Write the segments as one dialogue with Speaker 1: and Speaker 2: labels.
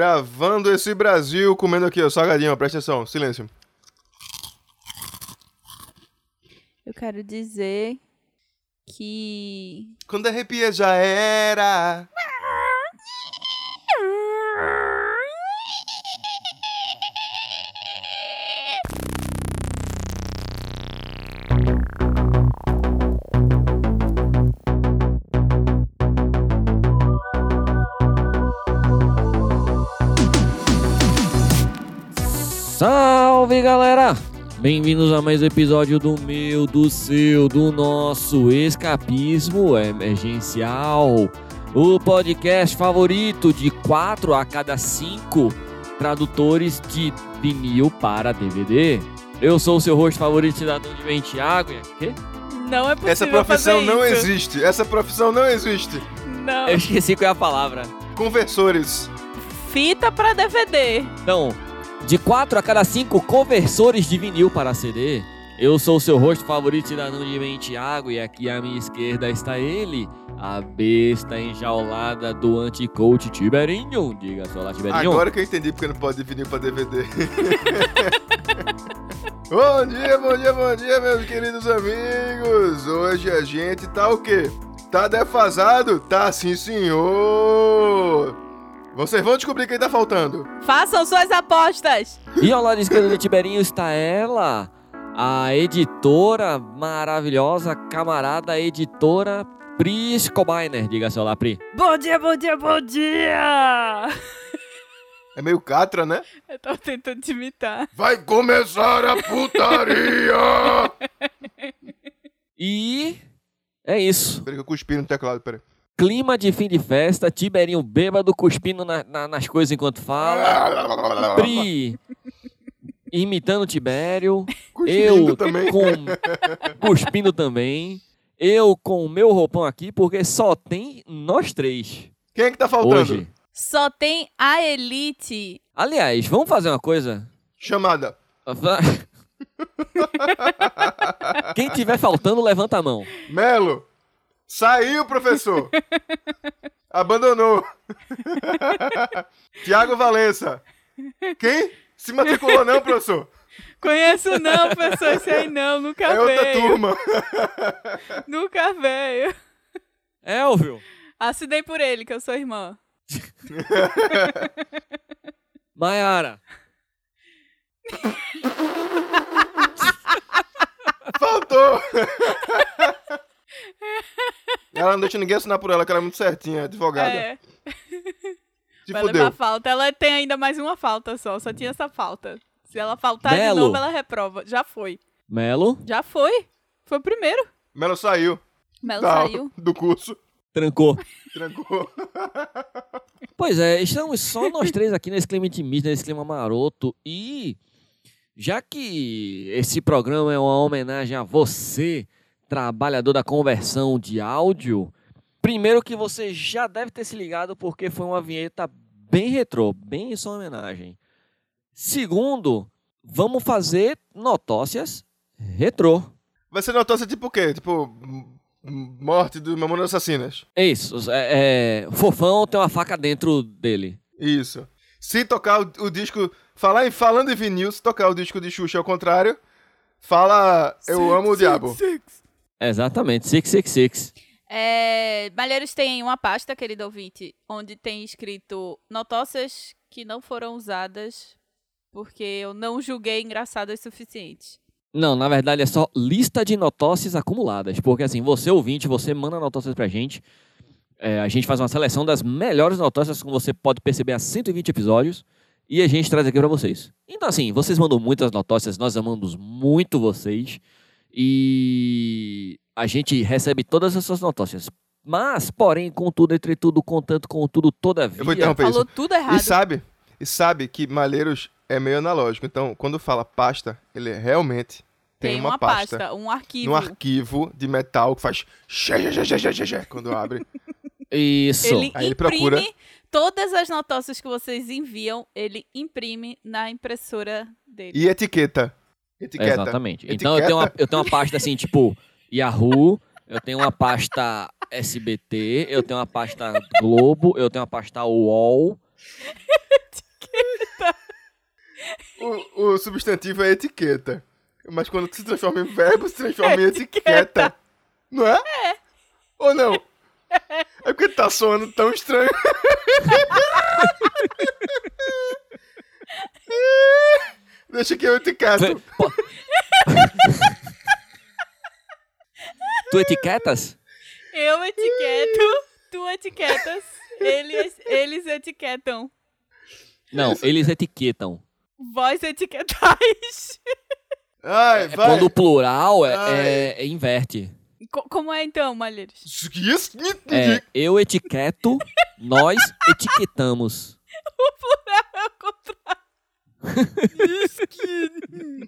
Speaker 1: Gravando esse Brasil, comendo aqui, ó, salgadinho, ó, presta atenção, silêncio.
Speaker 2: Eu quero dizer que.
Speaker 1: Quando arrepia já era.
Speaker 3: Salve galera! Bem-vindos a mais um episódio do meu, do seu, do nosso Escapismo Emergencial. O podcast favorito de 4 a cada 5 tradutores de vinil para DVD. Eu sou o seu host favorito, cidadão de Bem Thiago. E quê?
Speaker 2: Não é possível.
Speaker 1: Essa profissão
Speaker 2: fazer
Speaker 1: não
Speaker 2: isso.
Speaker 1: existe, essa profissão não existe.
Speaker 2: Não.
Speaker 3: Eu esqueci qual é a palavra.
Speaker 1: Conversores.
Speaker 2: Fita pra DVD.
Speaker 3: Então, de 4 a cada 5 conversores de vinil para CD. Eu sou o seu rosto favorito, cidadão de bem, Thiago, e aqui à minha esquerda está ele, a besta enjaulada do anti-coach Tiberinho. Diga só lá, Tiberinho.
Speaker 1: Agora que eu entendi porque não pode definir pra DVD. bom dia, bom dia, bom dia, meus queridos amigos. Hoje a gente tá o quê? Tá defasado? Tá sim, senhor. Vocês vão descobrir quem tá faltando.
Speaker 2: Façam suas apostas.
Speaker 3: E ao lado esquerdo do Tiberinho está ela, a editora maravilhosa, camarada editora Pri Scobainer. Diga só lá, Pri.
Speaker 2: Bom dia, bom dia, bom dia!
Speaker 1: É meio catra, né?
Speaker 2: Eu tô tentando te imitar.
Speaker 1: Vai começar a putaria!
Speaker 3: E é isso.
Speaker 1: Peraí que eu cuspi no teclado, peraí.
Speaker 3: Clima de fim de festa, Tiberinho bêbado, cuspindo na- na- nas coisas enquanto fala. Pri imitando Tibério.
Speaker 1: Cuspindo
Speaker 3: Eu
Speaker 1: também.
Speaker 3: com cuspindo também. Eu com o meu roupão aqui, porque só tem nós três
Speaker 1: Quem é que tá faltando?
Speaker 3: hoje.
Speaker 2: Só tem a Elite.
Speaker 3: Aliás, vamos fazer uma coisa?
Speaker 1: Chamada.
Speaker 3: Quem tiver faltando, levanta a mão.
Speaker 1: Melo. Saiu, professor. Abandonou. Tiago Valença. Quem? Se matriculou não, professor?
Speaker 2: Conheço não, pessoal, esse aí não. Nunca
Speaker 1: é outra
Speaker 2: veio.
Speaker 1: turma.
Speaker 2: Nunca veio.
Speaker 3: Elvio.
Speaker 2: Assinei por ele, que eu sou irmã.
Speaker 3: Maiara.
Speaker 1: Faltou. Ela não deixa ninguém assinar por ela, que ela é muito certinha, advogada.
Speaker 2: É,
Speaker 1: Se
Speaker 2: vai
Speaker 1: fudeu.
Speaker 2: levar falta. Ela tem ainda mais uma falta só, só tinha essa falta. Se ela faltar de
Speaker 3: Belo.
Speaker 2: novo, ela reprova. Já foi.
Speaker 3: Melo.
Speaker 2: Já foi. Foi o primeiro.
Speaker 1: Melo saiu.
Speaker 2: Melo
Speaker 1: da-
Speaker 2: saiu.
Speaker 1: Do curso.
Speaker 3: Trancou.
Speaker 1: Trancou.
Speaker 3: Pois é, estamos só nós três aqui nesse clima intimista, nesse clima maroto. E já que esse programa é uma homenagem a você, trabalhador da conversão de áudio, primeiro que você já deve ter se ligado porque foi uma vinheta bem retrô, bem em sua homenagem. Segundo, vamos fazer notócias retrô.
Speaker 1: Vai ser notócia tipo o quê? Tipo, m- m- morte do Mamona Assassinas.
Speaker 3: É isso, é, é, fofão tem uma faca dentro dele.
Speaker 1: Isso. Se tocar o, o disco. Falar em, falando em vinil, se tocar o disco de Xuxa ao contrário, fala Eu amo o diabo.
Speaker 3: Exatamente, 666.
Speaker 2: É, Malheiros tem uma pasta, querido ouvinte, onde tem escrito notócias que não foram usadas porque eu não julguei engraçadas suficientes.
Speaker 3: Não, na verdade é só lista de notócias acumuladas. Porque assim, você ouvinte, você manda notócias pra gente. É, a gente faz uma seleção das melhores notócias, como você pode perceber, há 120 episódios. E a gente traz aqui pra vocês. Então assim, vocês mandam muitas notócias, nós amamos muito vocês. E a gente recebe todas as suas notócias. Mas, porém, contudo, entre tudo, contanto, contudo, todavia...
Speaker 1: Eu vou interromper
Speaker 2: Falou
Speaker 1: isso.
Speaker 2: tudo errado.
Speaker 1: E sabe, e sabe que Malheiros é meio analógico. Então, quando fala pasta, ele realmente tem, uma, pasta.
Speaker 2: um arquivo.
Speaker 1: Num arquivo de metal que faz xé, xé, xé, xé, xé, xé, quando abre.
Speaker 3: Isso.
Speaker 2: Ele
Speaker 1: Aí
Speaker 2: imprime
Speaker 1: ele procura.
Speaker 2: todas as notócias que vocês enviam, ele imprime na impressora dele.
Speaker 1: E etiqueta. Etiqueta.
Speaker 3: Exatamente. Então
Speaker 1: Etiqueta.
Speaker 3: eu tenho, uma, eu tenho uma pasta assim, tipo, Yahoo, eu tenho uma pasta SBT, eu tenho uma pasta Globo, eu tenho uma pasta UOL,
Speaker 1: O, o substantivo é etiqueta. Mas quando se transforma em verbo, se transforma em etiqueta. Não é? É. Ou não? É porque tá soando tão estranho. Deixa que eu etiqueto.
Speaker 3: Po- tu etiquetas?
Speaker 2: Eu etiqueto, tu etiquetas, eles, eles etiquetam.
Speaker 3: Não, eles etiquetam.
Speaker 2: Vós etiquetais.
Speaker 1: Ai, vai.
Speaker 3: Quando o plural é, é- é inverte.
Speaker 2: Co- como é então, Malheiros?
Speaker 1: Isso,
Speaker 3: É, eu etiqueto, nós etiquetamos.
Speaker 2: O plural é o contrário. Diz que-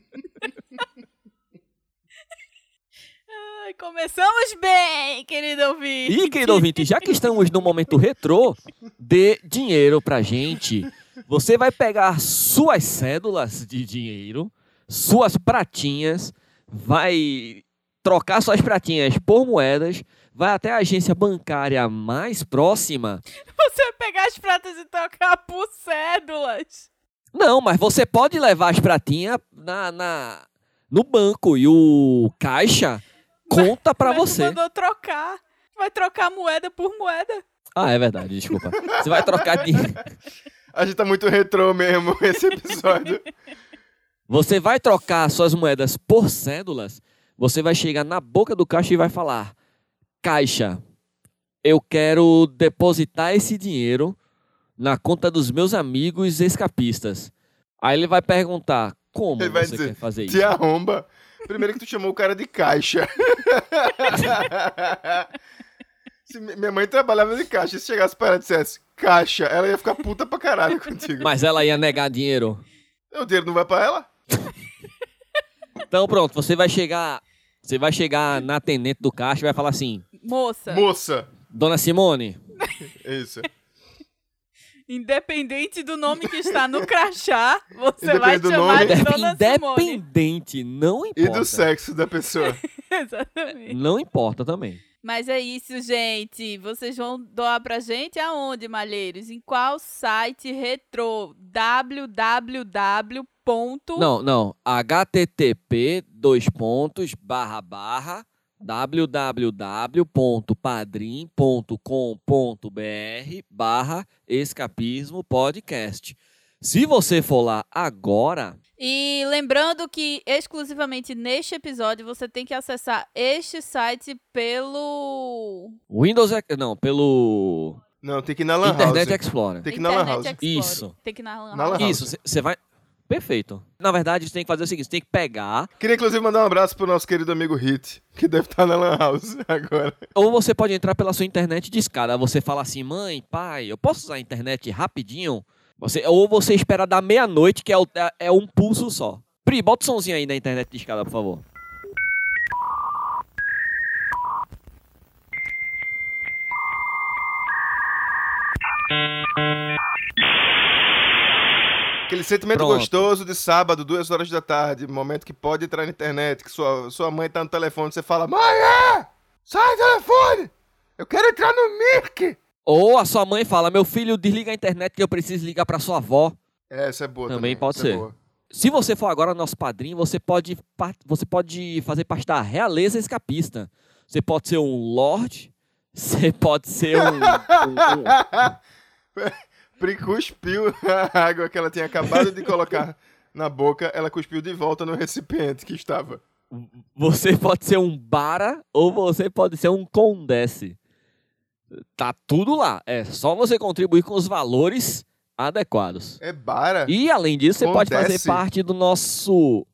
Speaker 2: Ai, Começamos bem, querido ouvinte.
Speaker 3: E, querido ouvinte, já que estamos no momento retrô, dê dinheiro pra gente. Você vai pegar suas cédulas de dinheiro, suas pratinhas, vai trocar suas pratinhas por moedas, vai até a agência bancária mais próxima.
Speaker 2: Você vai pegar as pratas e trocar por cédulas.
Speaker 3: Não, mas você pode levar as pratinhas na, na- no banco e o caixa conta pra
Speaker 2: Mas tu
Speaker 3: você.
Speaker 2: é mandou trocar. Vai trocar moeda por moeda.
Speaker 3: Ah, é verdade, desculpa. Você vai trocar dinheiro.
Speaker 1: A gente tá muito retrô mesmo esse episódio.
Speaker 3: Você vai trocar suas moedas por cédulas, você vai chegar na boca do caixa e vai falar: Caixa, eu quero depositar esse dinheiro na conta dos meus amigos escapistas. Aí ele vai perguntar: Como
Speaker 1: Ele vai
Speaker 3: você
Speaker 1: dizer,
Speaker 3: quer fazer isso?
Speaker 1: Te arromba. Primeiro que tu chamou o cara de caixa. Se mi- minha mãe trabalhava de caixa, se chegasse para ela e dissesse caixa, ela ia ficar puta pra caralho contigo.
Speaker 3: Mas ela ia negar dinheiro.
Speaker 1: O dinheiro não vai pra ela?
Speaker 3: Então pronto, você vai chegar, você vai chegar na atendente do caixa e vai falar assim:
Speaker 2: Moça,
Speaker 1: Moça.
Speaker 3: Dona Simone,
Speaker 1: É Isso.
Speaker 2: independente do nome que está no crachá, você
Speaker 1: Independente
Speaker 2: vai
Speaker 1: do
Speaker 2: chamar
Speaker 1: nome.
Speaker 2: de Dona Simone.
Speaker 3: independente, não
Speaker 1: E
Speaker 3: importa.
Speaker 1: do sexo da pessoa.
Speaker 2: Exatamente.
Speaker 3: Não importa também.
Speaker 2: Mas é isso, gente. Vocês vão doar pra gente aonde, Malheiros? Em qual site retrô? www.
Speaker 3: Não, não. http dois pontos barra barra www.padrim.com.br barra escapismo podcast. Se você for lá agora,
Speaker 2: E lembrando que exclusivamente neste episódio você tem que acessar este site pelo
Speaker 3: Windows é- não, pelo
Speaker 1: Não, tem que ir na Lan
Speaker 3: Internet é
Speaker 1: House.
Speaker 3: Explorer.
Speaker 1: Tem que ir na Lan
Speaker 2: Internet é
Speaker 1: House.
Speaker 2: Explorer.
Speaker 3: Isso.
Speaker 2: Tem que ir na Lan
Speaker 1: Na
Speaker 2: House.
Speaker 1: Lan House.
Speaker 3: Isso, você vai Perfeito. Na verdade, você tem que fazer o seguinte, você tem que pegar,
Speaker 1: Queria inclusive mandar um abraço pro nosso querido amigo Hit, que deve estar na Lan House agora.
Speaker 3: ou você pode entrar pela sua internet de escada. Você fala assim, mãe, pai, eu posso usar a internet rapidinho? Você, ou você espera dar meia-noite, que é, o- é- é um pulso só. Pri, bota o somzinho aí na internet de escada, por favor.
Speaker 1: Aquele sentimento
Speaker 3: Pronto.
Speaker 1: gostoso de sábado, duas horas da tarde, momento que pode entrar na internet, que sua, sua mãe tá no telefone, você fala, mãe, é! sai do telefone, eu quero entrar no Mirk.
Speaker 3: Ou a sua mãe fala, meu filho, desliga a internet que eu preciso ligar pra sua avó.
Speaker 1: É, Essa é boa também.
Speaker 3: Também pode
Speaker 1: essa é
Speaker 3: ser.
Speaker 1: boa.
Speaker 3: Se você for agora nosso padrinho, você pode, par- você pode fazer parte da realeza escapista. Você pode ser um lord, você pode ser um- um- um
Speaker 1: Pri cuspiu a água que ela tinha acabado de colocar na boca, ela cuspiu de volta no recipiente que estava.
Speaker 3: Você pode ser um bara ou você pode ser um condesse. Tá tudo lá. É só você contribuir com os valores adequados.
Speaker 1: É bara?
Speaker 3: E além disso, você pode fazer
Speaker 1: Condesse?
Speaker 3: parte do nosso.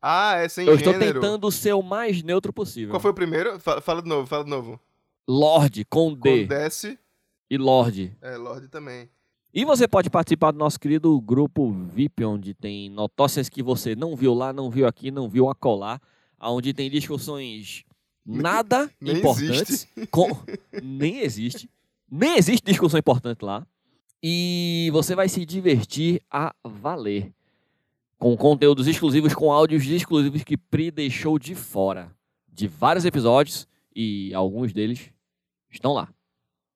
Speaker 1: Ah, é sem
Speaker 3: Eu estou
Speaker 1: gênero.
Speaker 3: tentando ser o mais neutro possível.
Speaker 1: Qual foi o primeiro? Fala, fala de novo, fala de novo.
Speaker 3: Lorde, conde
Speaker 1: Condesse,
Speaker 3: e lorde.
Speaker 1: é, Lorde também.
Speaker 3: E você pode participar do nosso querido grupo VIP, onde tem notócias que você não viu lá, não viu aqui, não viu acolá, onde tem discussões nada
Speaker 1: nem
Speaker 3: importantes. com- nem existe. Nem existe discussão importante lá. E você vai se divertir a valer. Com conteúdos exclusivos, com áudios exclusivos que Pri deixou de fora. De vários episódios, e alguns deles estão lá.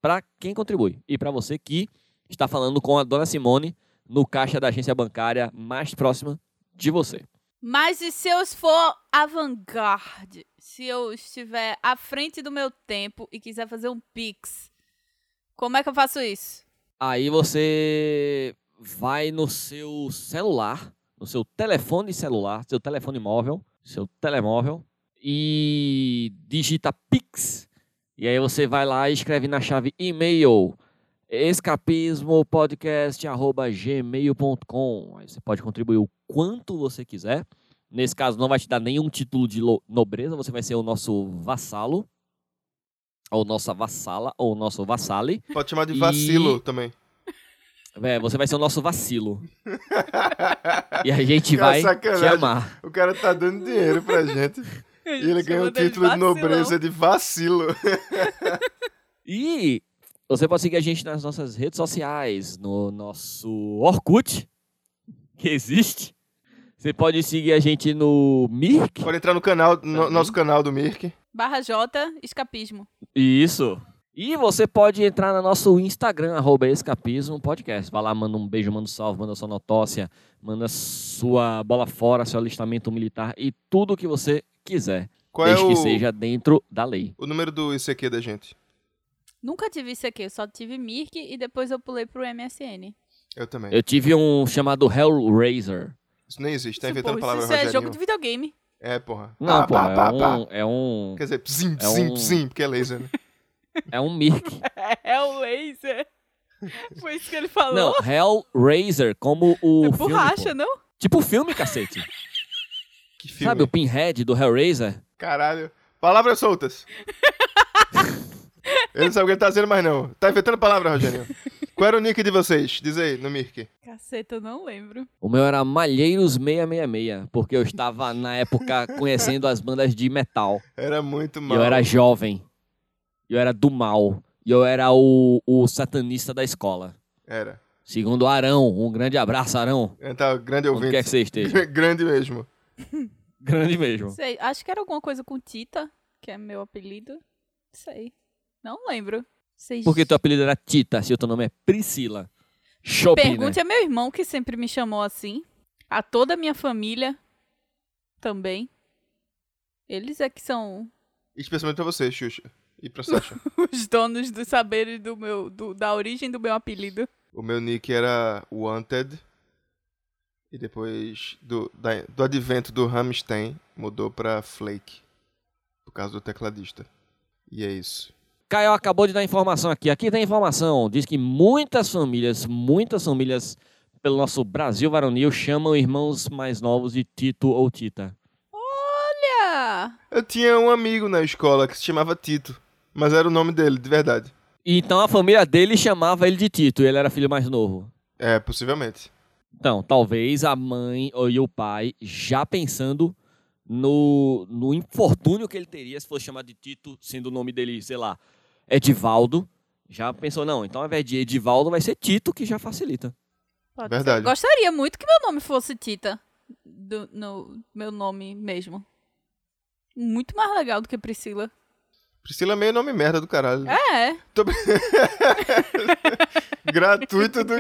Speaker 3: Pra quem contribui. E pra você que está falando com a dona Simone no caixa da agência bancária mais próxima de você.
Speaker 2: Mas e se eu for avant-garde? Se eu estiver à frente do meu tempo e quiser fazer um pix, como é que eu faço isso?
Speaker 3: Aí você vai no seu celular, no seu telefone celular, seu telefone móvel, seu telemóvel e digita pix. E aí você vai lá e escreve na chave e-mail escapismopodcast.gmail.com. Aí você pode contribuir o quanto você quiser. Nesse caso, não vai te dar nenhum título de nobreza, você vai ser o nosso vassalo, ou nossa vassala, ou nosso vassale.
Speaker 1: Pode chamar de vacilo também.
Speaker 3: É, você vai ser o nosso vacilo. e a gente
Speaker 1: Cara,
Speaker 3: vai te
Speaker 1: sacanagem.
Speaker 3: amar.
Speaker 1: O cara tá dando dinheiro pra gente. E ele ganhou o título de nobreza de vacilo.
Speaker 3: E você pode seguir a gente nas nossas redes sociais, no nosso Orkut, que existe. Você pode seguir a gente no Mirk.
Speaker 1: Pode entrar no canal, no
Speaker 3: Tá
Speaker 1: nosso
Speaker 3: bom.
Speaker 1: canal do Mirk.
Speaker 2: Barra J, escapismo.
Speaker 3: Isso. E você pode entrar no nosso Instagram, arroba escapismo podcast. Vai lá, manda um beijo, manda um salve, manda sua notócia, manda sua bola fora, seu alistamento militar e tudo o que você quiser.
Speaker 1: Qual
Speaker 3: desde
Speaker 1: é
Speaker 3: que
Speaker 1: o,
Speaker 3: seja dentro da lei.
Speaker 1: o número do ICQ da gente?
Speaker 2: Nunca tive isso aqui, eu só tive Mirk e depois eu pulei pro MSN.
Speaker 1: Eu também.
Speaker 3: Eu tive um chamado Hellraiser.
Speaker 1: Isso nem existe, tá
Speaker 2: Isso,
Speaker 1: inventando
Speaker 2: pô,
Speaker 1: palavra
Speaker 2: Isso é
Speaker 1: Rogerinho.
Speaker 2: jogo de videogame.
Speaker 1: É, porra. Pá,
Speaker 3: Não, pô,
Speaker 1: pá, pá,
Speaker 3: é,
Speaker 1: pá.
Speaker 3: um, é um.
Speaker 1: Quer dizer, zim,
Speaker 3: É
Speaker 1: zim,
Speaker 3: um-
Speaker 1: zim, porque é laser, né?
Speaker 3: É um Mirk.
Speaker 2: É o laser. Foi isso que ele falou.
Speaker 3: Não, Hellraiser, como o.
Speaker 2: é
Speaker 3: filme, pô.
Speaker 2: borracha, não?
Speaker 3: Tipo o filme, cacete.
Speaker 1: Que filme.
Speaker 3: Sabe o Pinhead do Hellraiser?
Speaker 1: Caralho. Palavras soltas. Ele não sabe o que ele tá dizendo, mas não. Tá inventando palavra, Rogério. Qual era o nick de vocês? Diz aí, no Mirk.
Speaker 2: Caceta, eu não lembro.
Speaker 3: O meu era Malheiros666, porque eu estava, na época, conhecendo as bandas de metal.
Speaker 1: Era muito
Speaker 3: E
Speaker 1: mal.
Speaker 3: eu era jovem. E eu era do mal. E eu era o, o satanista da escola.
Speaker 1: Era.
Speaker 3: Segundo Arão, um grande abraço, Arão.
Speaker 1: Ele tá grande
Speaker 3: Onde quer
Speaker 1: ouvinte.
Speaker 3: que você esteja.
Speaker 1: grande mesmo.
Speaker 3: Grande mesmo.
Speaker 2: Sei, acho que era alguma coisa com Tita, que é meu apelido. Sei. Não lembro. Vocês...
Speaker 3: Porque teu apelido era Tita, se o teu nome é Priscila. Shopping, né?
Speaker 2: Pergunte a meu irmão, que sempre me chamou assim. A toda a minha família também. Eles é que são
Speaker 1: Especialmente pra você, Xuxa. E pra Sasha.
Speaker 2: os donos dos saberes do meu, do- da origem do meu apelido.
Speaker 1: o meu nick era Wanted. E depois do, da- do advento do Rammstein, mudou pra Flake. Por causa do tecladista. E é isso.
Speaker 3: Caio acabou de dar informação aqui. Aqui tem informação. Diz que muitas famílias, muitas famílias pelo nosso Brasil varonil chamam irmãos mais novos de Tito ou Tita.
Speaker 2: Olha!
Speaker 1: Eu tinha um amigo na escola que se chamava Tito. Mas era o nome dele, de verdade.
Speaker 3: E Então a família dele chamava ele de Tito, e ele era filho mais novo.
Speaker 1: É, possivelmente.
Speaker 3: Então, talvez a mãe ou e o pai já pensando no, no infortúnio que ele teria se fosse chamado de Tito, sendo o nome dele, sei lá, Edivaldo. Já pensou, não, então ao invés de Edivaldo vai ser Tito, que já facilita.
Speaker 2: Pode
Speaker 1: Verdade.
Speaker 2: ser. Gostaria muito que meu nome fosse Tita. Do, no, meu nome mesmo. Muito mais legal do que Priscila.
Speaker 1: Priscila é meio nome merda do caralho.
Speaker 2: É,
Speaker 1: Gratuito do.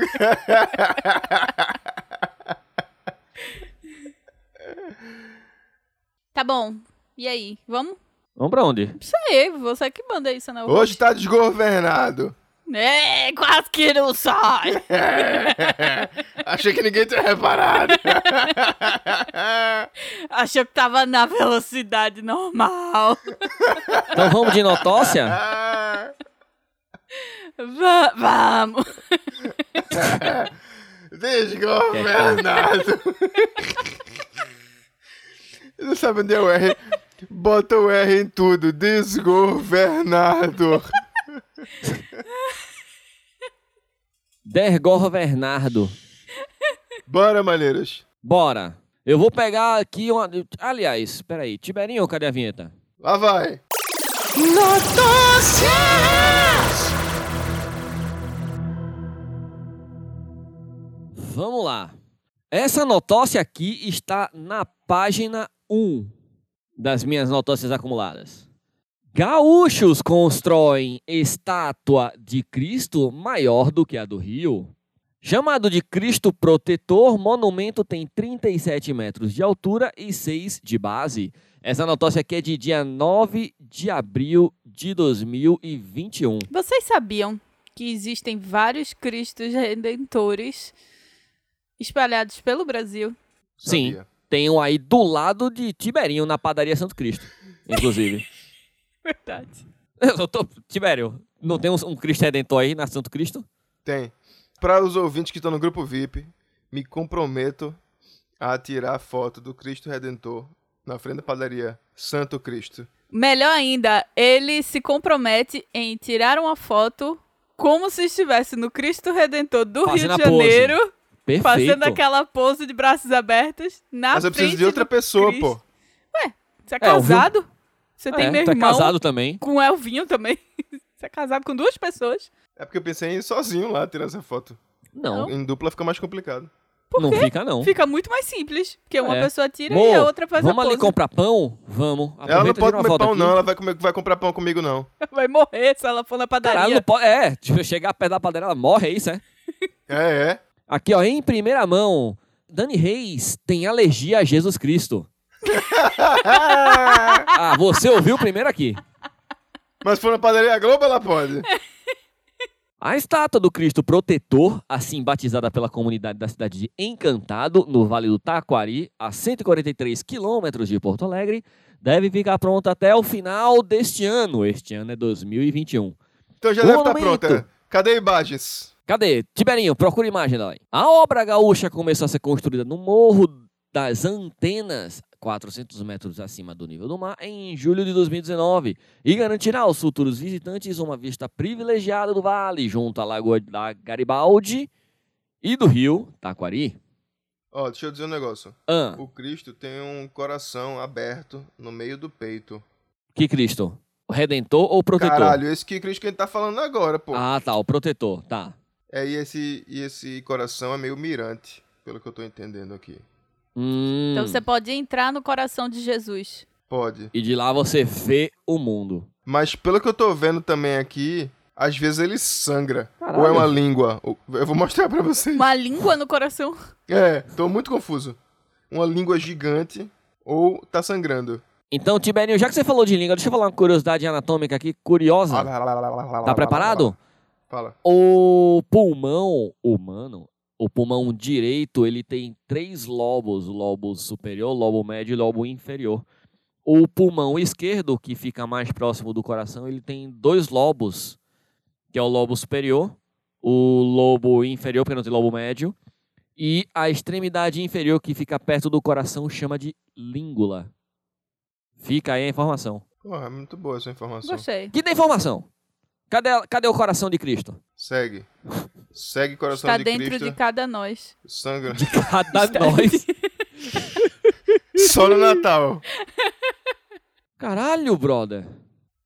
Speaker 2: tá bom. E aí, vamos?
Speaker 3: Vamos pra onde?
Speaker 2: Isso aí, você que manda isso, né?
Speaker 1: Hoje tá desgovernado.
Speaker 2: É, quase que não sai!
Speaker 1: Achei que ninguém tinha reparado.
Speaker 2: Achou que tava na velocidade normal.
Speaker 3: Então vamos de notócia?
Speaker 2: Va- vamos!
Speaker 1: Desgovernado. Não sabe onde é o R. Bota o R em tudo. Desgovernado.
Speaker 3: Dergor Bernardo.
Speaker 1: Bora, maneiros.
Speaker 3: Bora. Eu vou pegar aqui uma. Aliás, peraí. Tiberinho, cadê a vinheta?
Speaker 1: Lá vai.
Speaker 3: Vamos lá. Essa notócia aqui um está na página 1 das minhas notócias acumuladas. Gaúchos constroem estátua de Cristo maior do que a do Rio. Chamado de Cristo Protetor, monumento tem 37 metros de altura e 6 de base. Essa notócia aqui é de dia 9 de abril de 2021.
Speaker 2: Vocês sabiam que existem vários Cristos Redentores espalhados pelo Brasil?
Speaker 3: Sim.
Speaker 1: Sabia.
Speaker 3: Tem um aí do lado de Tiberinho, na padaria Santo Cristo, inclusive.
Speaker 2: Verdade.
Speaker 3: Eu só tô- Tibério, não tem um, um Cristo Redentor aí na Santo Cristo?
Speaker 1: Tem. Para os ouvintes que estão no grupo VIP, me comprometo a tirar foto do Cristo Redentor na frente da padaria Santo Cristo.
Speaker 2: Melhor ainda, ele se compromete em tirar uma foto como se estivesse no Cristo Redentor do
Speaker 3: Fazendo
Speaker 2: Rio de
Speaker 3: a pose.
Speaker 2: Janeiro,
Speaker 3: Perfeito.
Speaker 2: fazendo aquela pose de braços abertos na
Speaker 1: Mas eu preciso
Speaker 2: frente
Speaker 1: de outra
Speaker 2: do
Speaker 1: pessoa,
Speaker 2: Cristo.
Speaker 1: pô.
Speaker 2: Você é
Speaker 3: É, o Rio-
Speaker 2: casado? Você tem
Speaker 3: É,
Speaker 2: meu
Speaker 3: tá
Speaker 2: irmão
Speaker 3: casado também.
Speaker 2: com o Elvinho também. Você é casado com duas pessoas.
Speaker 1: É porque eu pensei em ir sozinho lá tirar essa foto.
Speaker 3: Não,
Speaker 1: Em dupla fica mais complicado.
Speaker 3: não fica não.
Speaker 2: Fica muito mais simples, porque uma
Speaker 3: É.
Speaker 2: pessoa tira
Speaker 3: Mô,
Speaker 2: e a outra faz
Speaker 3: Vamos
Speaker 2: a
Speaker 3: ali
Speaker 2: pose.
Speaker 3: comprar pão? Vamos.
Speaker 1: ela não
Speaker 3: Aproveita e
Speaker 1: pode
Speaker 3: tira uma
Speaker 1: comer
Speaker 3: foto
Speaker 1: pão,
Speaker 3: aqui.
Speaker 1: não. Ela vai, comer- vai comprar pão comigo, não.
Speaker 2: Vai morrer se ela for na
Speaker 3: Caralho,
Speaker 2: padaria.
Speaker 3: não pode. É, se eu chegar perto da padaria, ela morre, é isso, é?
Speaker 1: É, é.
Speaker 3: Aqui, ó, em primeira mão, Dani Reis tem alergia a Jesus Cristo. Ah, você ouviu primeiro aqui.
Speaker 1: Mas se for na padaria Globo, ela pode.
Speaker 3: A estátua do Cristo Protetor, assim batizada pela comunidade da cidade de Encantado, no Vale do Taquari, a 143 quilômetros de Porto Alegre, deve ficar pronta até o final deste ano. Este ano é 2021.
Speaker 1: Então já
Speaker 3: Um
Speaker 1: deve estar
Speaker 3: momento.
Speaker 1: pronta. Cadê imagens?
Speaker 3: Cadê? Tiberinho, procura imagem lá. A obra gaúcha começou a ser construída no Morro das Antenas, 400 metros acima do nível do mar, em julho de 2019, e garantirá aos futuros visitantes uma vista privilegiada do vale, junto à Lagoa da Garibaldi e do rio Taquari.
Speaker 1: Ó, deixa eu dizer um negócio.
Speaker 3: Ah,
Speaker 1: O Cristo tem um coração aberto no meio do peito.
Speaker 3: que Cristo? O Redentor ou o Protetor?
Speaker 1: Caralho, esse que é? Cristo que a gente tá falando agora, pô.
Speaker 3: Ah, tá, o Protetor, tá.
Speaker 1: É, e esse, e esse coração é meio mirante, pelo que eu tô entendendo aqui.
Speaker 3: Hum,
Speaker 2: Então você pode entrar no coração de Jesus.
Speaker 1: Pode.
Speaker 3: E de lá você vê o mundo.
Speaker 1: Mas pelo que eu tô vendo também aqui, às vezes ele sangra.
Speaker 3: Caralho.
Speaker 1: Ou é uma língua. Ou- Eu vou mostrar pra vocês.
Speaker 2: Uma língua no coração.
Speaker 1: É, tô muito confuso. Uma língua gigante ou tá sangrando.
Speaker 3: Então, Tiberinho, já que você falou de língua, deixa eu falar uma curiosidade anatômica aqui, curiosa. Tá preparado?
Speaker 1: Fala.
Speaker 3: O pulmão humano, o pulmão direito, ele tem três lobos: o lobo superior, lobo médio e lobo inferior. O pulmão esquerdo, que fica mais próximo do coração, ele tem dois lobos, que é o lobo superior, o lobo inferior, porque não tem lobo médio, e a extremidade inferior que fica perto do coração chama de língula. Fica aí a informação.
Speaker 1: Porra, é muito boa essa informação.
Speaker 2: Gostei.
Speaker 3: Que tem informação? Cadê, cadê o coração de Cristo?
Speaker 1: Segue. Segue coração
Speaker 2: Está
Speaker 1: de
Speaker 2: Tá dentro
Speaker 1: Cristo.
Speaker 2: de cada nós.
Speaker 1: Sangra.
Speaker 3: Cada nós.
Speaker 1: Só no Natal.
Speaker 3: Caralho, brother.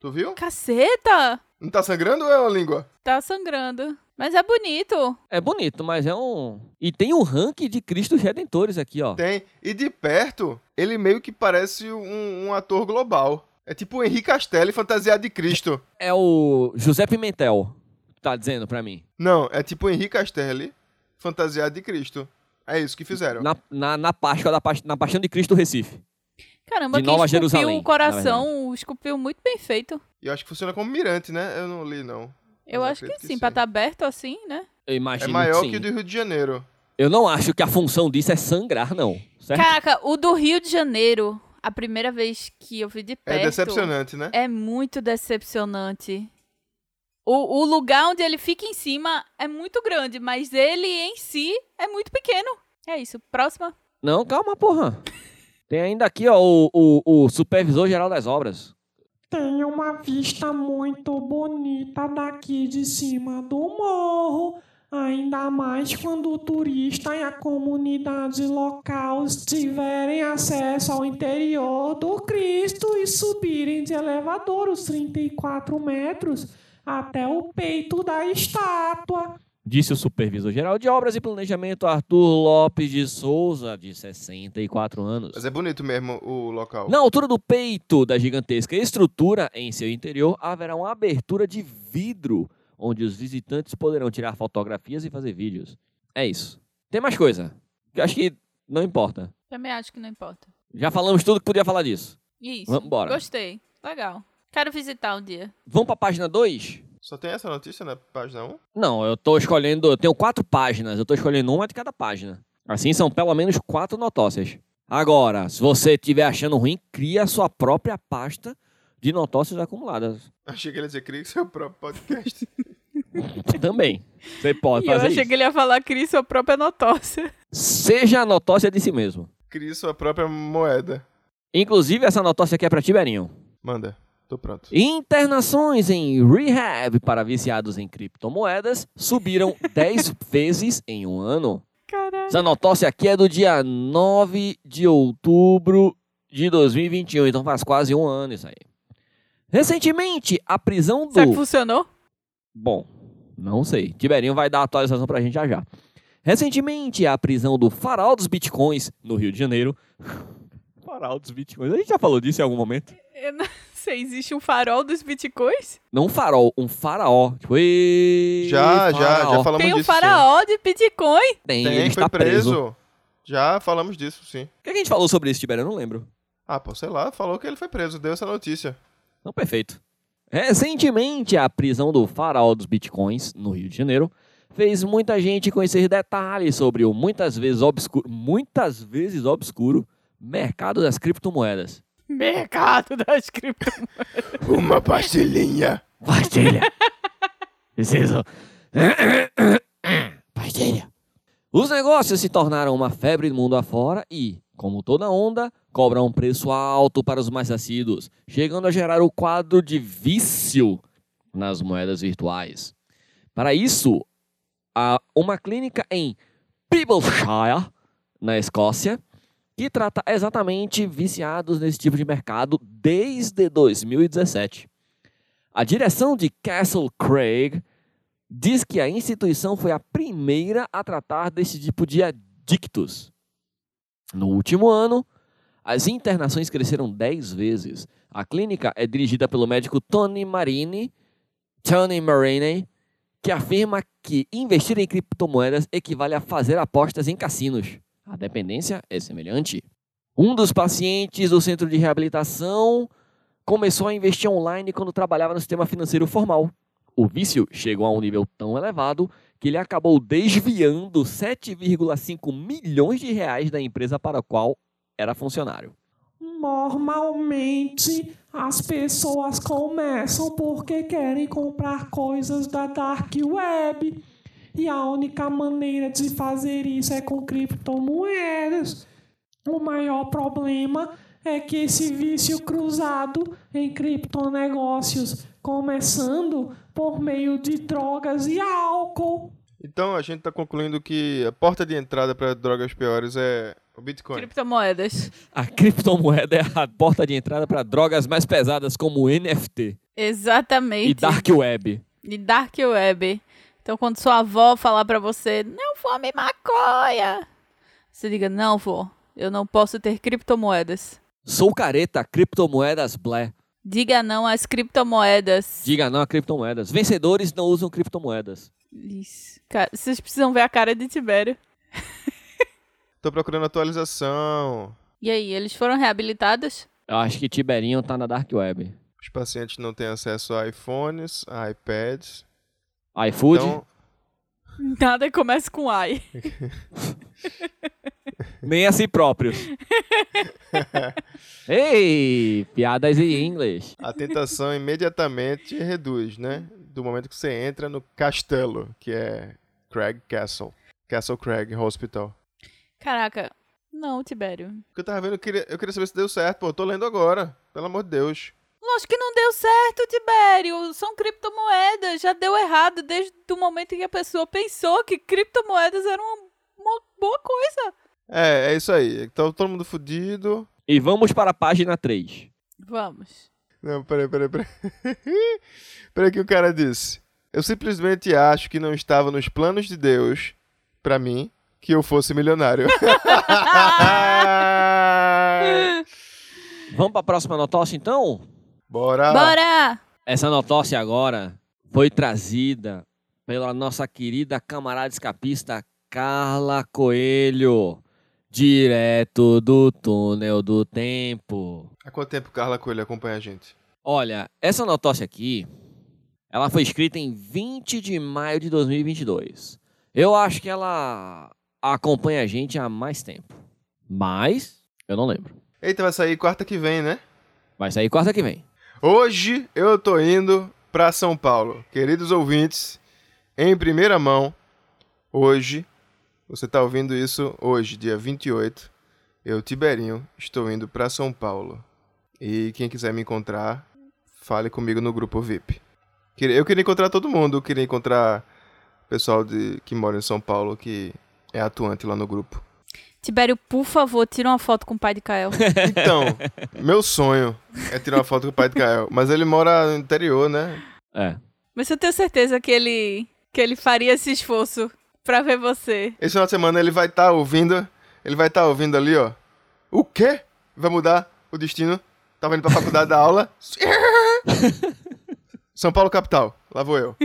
Speaker 1: Tu viu?
Speaker 2: Caceta!
Speaker 1: Não tá sangrando ou é uma língua?
Speaker 2: Tá sangrando. Mas é bonito.
Speaker 3: É bonito, mas é um. E tem um ranking de Cristos Redentores aqui, ó.
Speaker 1: Tem. E de perto, ele meio que parece um, um ator global. É tipo o Henrique Castelli fantasiado de Cristo.
Speaker 3: É o José Pimentel, que tá dizendo pra mim.
Speaker 1: Não, é tipo o Henrique Castelli fantasiado de Cristo. É isso que fizeram.
Speaker 3: Na, na, na Páscoa, da Pas- na Paixão de Cristo Recife.
Speaker 2: Caramba,
Speaker 3: De
Speaker 2: quem
Speaker 3: Nova
Speaker 2: esculpiu
Speaker 3: Jerusalém,
Speaker 2: o coração, esculpiu muito bem feito.
Speaker 1: E eu acho que funciona como mirante, né? Eu não li, não.
Speaker 2: Eu
Speaker 1: Mas
Speaker 2: acho que
Speaker 1: acredito que
Speaker 2: sim,
Speaker 1: sim.
Speaker 2: pra estar aberto assim, né?
Speaker 3: Eu
Speaker 1: É
Speaker 3: imagino
Speaker 1: maior
Speaker 3: que sim.
Speaker 1: que o do Rio de Janeiro.
Speaker 3: Eu não acho que a função disso é sangrar, não. Certo?
Speaker 2: Caraca, o do Rio de Janeiro, a primeira vez que eu vi de
Speaker 1: É
Speaker 2: perto.
Speaker 1: decepcionante, né?
Speaker 2: É muito decepcionante. O, o lugar onde ele fica em cima é muito grande, mas ele em si é muito pequeno. É isso. Próxima.
Speaker 3: Não, calma, porra. Tem ainda aqui, ó, o, o, o supervisor geral das obras.
Speaker 4: Tem uma vista muito bonita daqui de cima do morro, ainda mais quando o turista e a comunidade local tiverem acesso ao interior do Cristo e subirem de elevador os 34 metros até o peito da estátua.
Speaker 3: disse o supervisor-geral de Obras e Planejamento, Arthur Lopes de Souza, de 64 anos.
Speaker 1: Mas é bonito mesmo o local.
Speaker 3: Na altura do peito da gigantesca estrutura, em seu interior, haverá uma abertura de vidro, onde os visitantes poderão tirar fotografias e fazer vídeos. É isso. Tem mais coisa. Eu acho que não importa.
Speaker 2: Também acho que não importa.
Speaker 3: Já falamos tudo que podia falar disso.
Speaker 2: Isso.
Speaker 3: Vambora.
Speaker 2: Gostei. Legal. Quero visitar um dia.
Speaker 3: Vamos pra página 2?
Speaker 1: Só tem essa notícia na página 1?
Speaker 3: Não, eu tô escolhendo. Eu tenho quatro páginas. Eu tô escolhendo uma de cada página. Assim são pelo menos quatro notócias. Agora, se você estiver achando ruim, cria a sua própria pasta de notócias acumuladas.
Speaker 1: Achei que ele ia dizer, crie seu próprio podcast.
Speaker 3: Também. Você pode
Speaker 2: e eu
Speaker 3: fazer
Speaker 2: achei
Speaker 3: isso.
Speaker 2: que ele ia falar Cris, sua própria notócia.
Speaker 3: Seja a notócia de si mesmo.
Speaker 1: Crie sua própria moeda.
Speaker 3: Inclusive, essa notócia aqui é pra Tiberinho.
Speaker 1: Manda. Tô pronto.
Speaker 3: Internações em rehab para viciados em criptomoedas subiram 10 vezes em um ano.
Speaker 2: Caralho.
Speaker 3: Essa notócia aqui é do dia 9 de outubro de 2021, então faz quase um ano isso aí. Recentemente, a prisão
Speaker 2: Será que
Speaker 3: do.
Speaker 2: funcionou?
Speaker 3: Bom, não sei. Tiberinho vai dar a atualização pra gente já já. Recentemente, a prisão do farol dos bitcoins no Rio de Janeiro. farol dos bitcoins? A gente já falou disso em algum momento?
Speaker 2: Eu não sei, existe um farol dos bitcoins?
Speaker 3: Não um farol, um faraó. Tipo, "Ê,
Speaker 1: Já, já,
Speaker 3: faraó".
Speaker 1: já falamos
Speaker 2: Tem um
Speaker 1: disso. sim.
Speaker 2: faraó de bitcoin?
Speaker 3: Tem,
Speaker 1: Tem,
Speaker 3: ele
Speaker 1: foi
Speaker 3: está preso.
Speaker 1: preso. Já falamos disso, sim.
Speaker 3: O que a gente falou sobre isso, Tibério? Eu não lembro.
Speaker 1: Ah, pô, sei lá, falou que ele foi preso, deu essa notícia.
Speaker 3: Não, Então, perfeito. Recentemente, a prisão do faraó dos bitcoins, no Rio de Janeiro, fez muita gente conhecer detalhes sobre o muitas vezes obscuro, muitas vezes obscuro mercado das criptomoedas.
Speaker 2: Mercado das criptomoedas.
Speaker 1: Uma pastilhinha.
Speaker 3: Pastilha. Preciso. Pastilha. Os negócios se tornaram uma febre mundo afora e, como toda onda, cobram um preço alto para os mais assíduos, chegando a gerar o quadro de vício nas moedas virtuais. Para isso, há uma clínica em Peebleshire, na Escócia, que trata exatamente viciados nesse tipo de mercado desde 2017. A direção de Castle Craig diz que a instituição foi a primeira a tratar desse tipo de adictos. No último ano, as internações cresceram 10 vezes. A clínica é dirigida pelo médico Tony Marini, Tony Marini, que afirma que investir em criptomoedas equivale a fazer apostas em cassinos. A dependência é semelhante. Um dos pacientes do centro de reabilitação começou a investir online quando trabalhava no sistema financeiro formal. O vício chegou a um nível tão elevado que ele acabou desviando 7,5 milhões de reais da empresa para a qual era funcionário.
Speaker 4: Normalmente as pessoas começam porque querem comprar coisas da dark web. E a única maneira de fazer isso é com criptomoedas. O maior problema é que esse vício cruzado em criptonegócios, começando por meio de drogas e álcool.
Speaker 1: Então a gente tá concluindo que a porta de entrada pra drogas piores é o Bitcoin.
Speaker 2: Criptomoedas.
Speaker 3: A criptomoeda é a porta de entrada para drogas mais pesadas como NFT
Speaker 2: Exatamente.
Speaker 3: e Dark Web.
Speaker 2: De Dark Web. Então, quando sua avó falar pra você, não fome maconha, você diga, não, vó, eu não posso ter criptomoedas.
Speaker 3: Sou careta, criptomoedas blé.
Speaker 2: Diga não às criptomoedas.
Speaker 3: Diga não a criptomoedas. Vencedores não usam criptomoedas.
Speaker 2: Isso. Ca- Vocês precisam ver a cara de Tibério.
Speaker 1: Tô procurando atualização.
Speaker 2: E aí, eles foram reabilitados?
Speaker 3: Eu acho que Tiberinho tá na Dark Web.
Speaker 1: Os pacientes não têm acesso a iPhones, a iPads.
Speaker 3: iFood?
Speaker 1: Então,
Speaker 2: Nada começa com ai.
Speaker 3: Nem a si próprios. Ei, piadas em inglês.
Speaker 1: a tentação imediatamente reduz, né? Do momento que você entra no castelo, que é Craig Castle. Castle Craig Hospital.
Speaker 2: Caraca. Não, Tibério.
Speaker 1: Porque eu tava vendo, eu queria, eu queria saber se deu certo. Pô, eu tô lendo agora. Pelo amor de Deus.
Speaker 2: Lógico que não deu certo, Tibério. São criptomoedas. Já deu errado desde o momento em que a pessoa pensou que criptomoedas eram uma, uma boa coisa.
Speaker 1: É, é isso aí. Então todo mundo fudido.
Speaker 3: E vamos para a página 3.
Speaker 2: Vamos.
Speaker 1: Não, peraí, peraí, peraí. peraí que o cara disse. Eu simplesmente acho que não estava nos planos de Deus, pra mim, que eu fosse milionário. Ah!
Speaker 3: Vamos pra próxima notócia, então?
Speaker 1: Bora!
Speaker 2: Bora!
Speaker 3: Essa notócia agora foi trazida pela nossa querida camarada escapista Carla Coelho, direto do túnel do tempo.
Speaker 1: Há quanto tempo Carla Coelho acompanha a gente?
Speaker 3: Olha, essa notócia aqui, ela foi escrita em 20 de maio de 2022. Eu acho que ela acompanha a gente há mais tempo. Mas, eu não lembro.
Speaker 1: Eita, vai sair quarta que vem, né?
Speaker 3: Vai sair quarta que vem.
Speaker 1: Hoje eu tô indo pra São Paulo. Queridos ouvintes, em primeira mão, hoje, você tá ouvindo isso hoje, dia 28, eu, Tiberinho, estou indo pra São Paulo. E quem quiser me encontrar, fale comigo no grupo VIP. Queria- Eu queria encontrar todo mundo, eu queria encontrar o pessoal de, que mora em São Paulo, que é atuante lá no grupo.
Speaker 2: Tibério, por favor, tira uma foto com o pai de Kael.
Speaker 1: Então, meu sonho é tirar uma foto com o pai de Kael, mas ele mora no interior, né?
Speaker 3: É.
Speaker 2: Mas eu tenho certeza que ele, que ele faria esse esforço pra ver você.
Speaker 1: Esse final de semana ele vai estar ouvindo. Ele vai estar ouvindo ali, ó. O quê? Vai mudar o destino? Tava indo pra faculdade da aula. São Paulo, capital. Lá vou eu.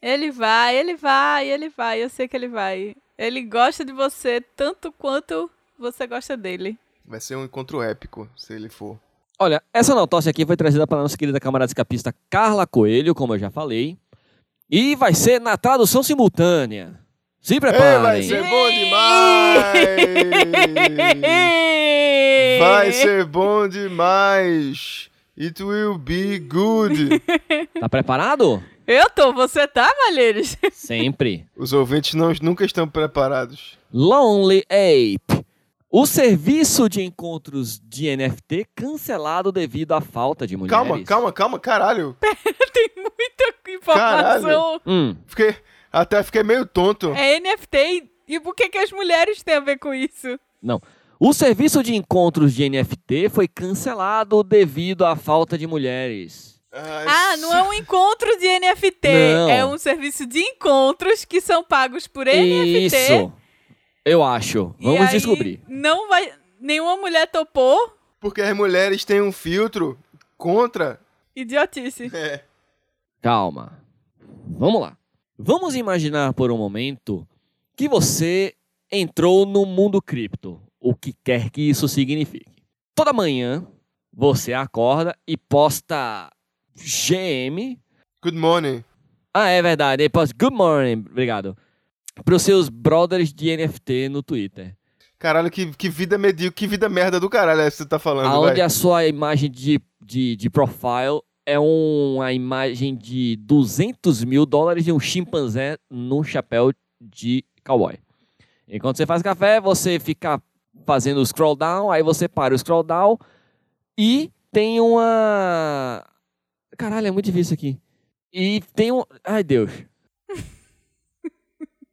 Speaker 2: Ele vai, ele vai, ele vai. Eu sei que ele vai. Ele gosta de você tanto quanto você gosta dele.
Speaker 1: Vai ser um encontro épico, se ele for.
Speaker 3: Olha, essa notócia aqui foi trazida pela nossa querida camarada escapista Carla Coelho, como eu já falei. E vai ser na tradução simultânea. Se
Speaker 1: Ei, vai
Speaker 3: preparem.
Speaker 1: ser bom demais! Vai ser bom demais! It will be good!
Speaker 3: Tá preparado?
Speaker 2: Eu tô, você tá, Malheiros?
Speaker 3: Sempre.
Speaker 1: Os ouvintes não, nunca estão preparados.
Speaker 3: Lonely Ape. O serviço de encontros de NFT cancelado devido à falta de mulheres.
Speaker 1: Calma, calma, calma, caralho!
Speaker 2: Tem muita Então, informação.
Speaker 3: Hum,
Speaker 1: Fiquei, até fiquei meio tonto.
Speaker 2: É NFT. E por que, que as mulheres têm a ver com isso?
Speaker 3: O serviço de encontros de NFT foi cancelado devido à falta de mulheres.
Speaker 2: Ah, não é um encontro de NFT.
Speaker 3: Não.
Speaker 2: É um serviço de encontros que são pagos por NFT.
Speaker 3: Isso. Eu acho.
Speaker 2: E
Speaker 3: Vamos
Speaker 2: aí
Speaker 3: descobrir.
Speaker 2: Não vai. Nenhuma mulher topou.
Speaker 1: Porque as mulheres têm um filtro contra.
Speaker 2: Idiotice.
Speaker 1: É.
Speaker 3: Calma. Vamos lá. Vamos imaginar por um momento que você entrou no mundo cripto, o que quer que isso signifique. Toda manhã você acorda e posta GM.
Speaker 1: Good morning.
Speaker 3: Ah, é verdade. Ele posta Good morning, obrigado. Para os seus brothers de NFT no Twitter.
Speaker 1: Caralho, que, que vida medíocre, que vida merda do caralho é essa que você tá falando,
Speaker 3: Onde
Speaker 1: velho.
Speaker 3: a sua imagem de, de, de profile é uma imagem de 200 mil dólares de um chimpanzé num chapéu de cowboy. Enquanto você faz café, você fica fazendo o scroll down, aí você para o scroll down e tem uma. Caralho, é muito difícil isso aqui. E tem um. Ai, Deus.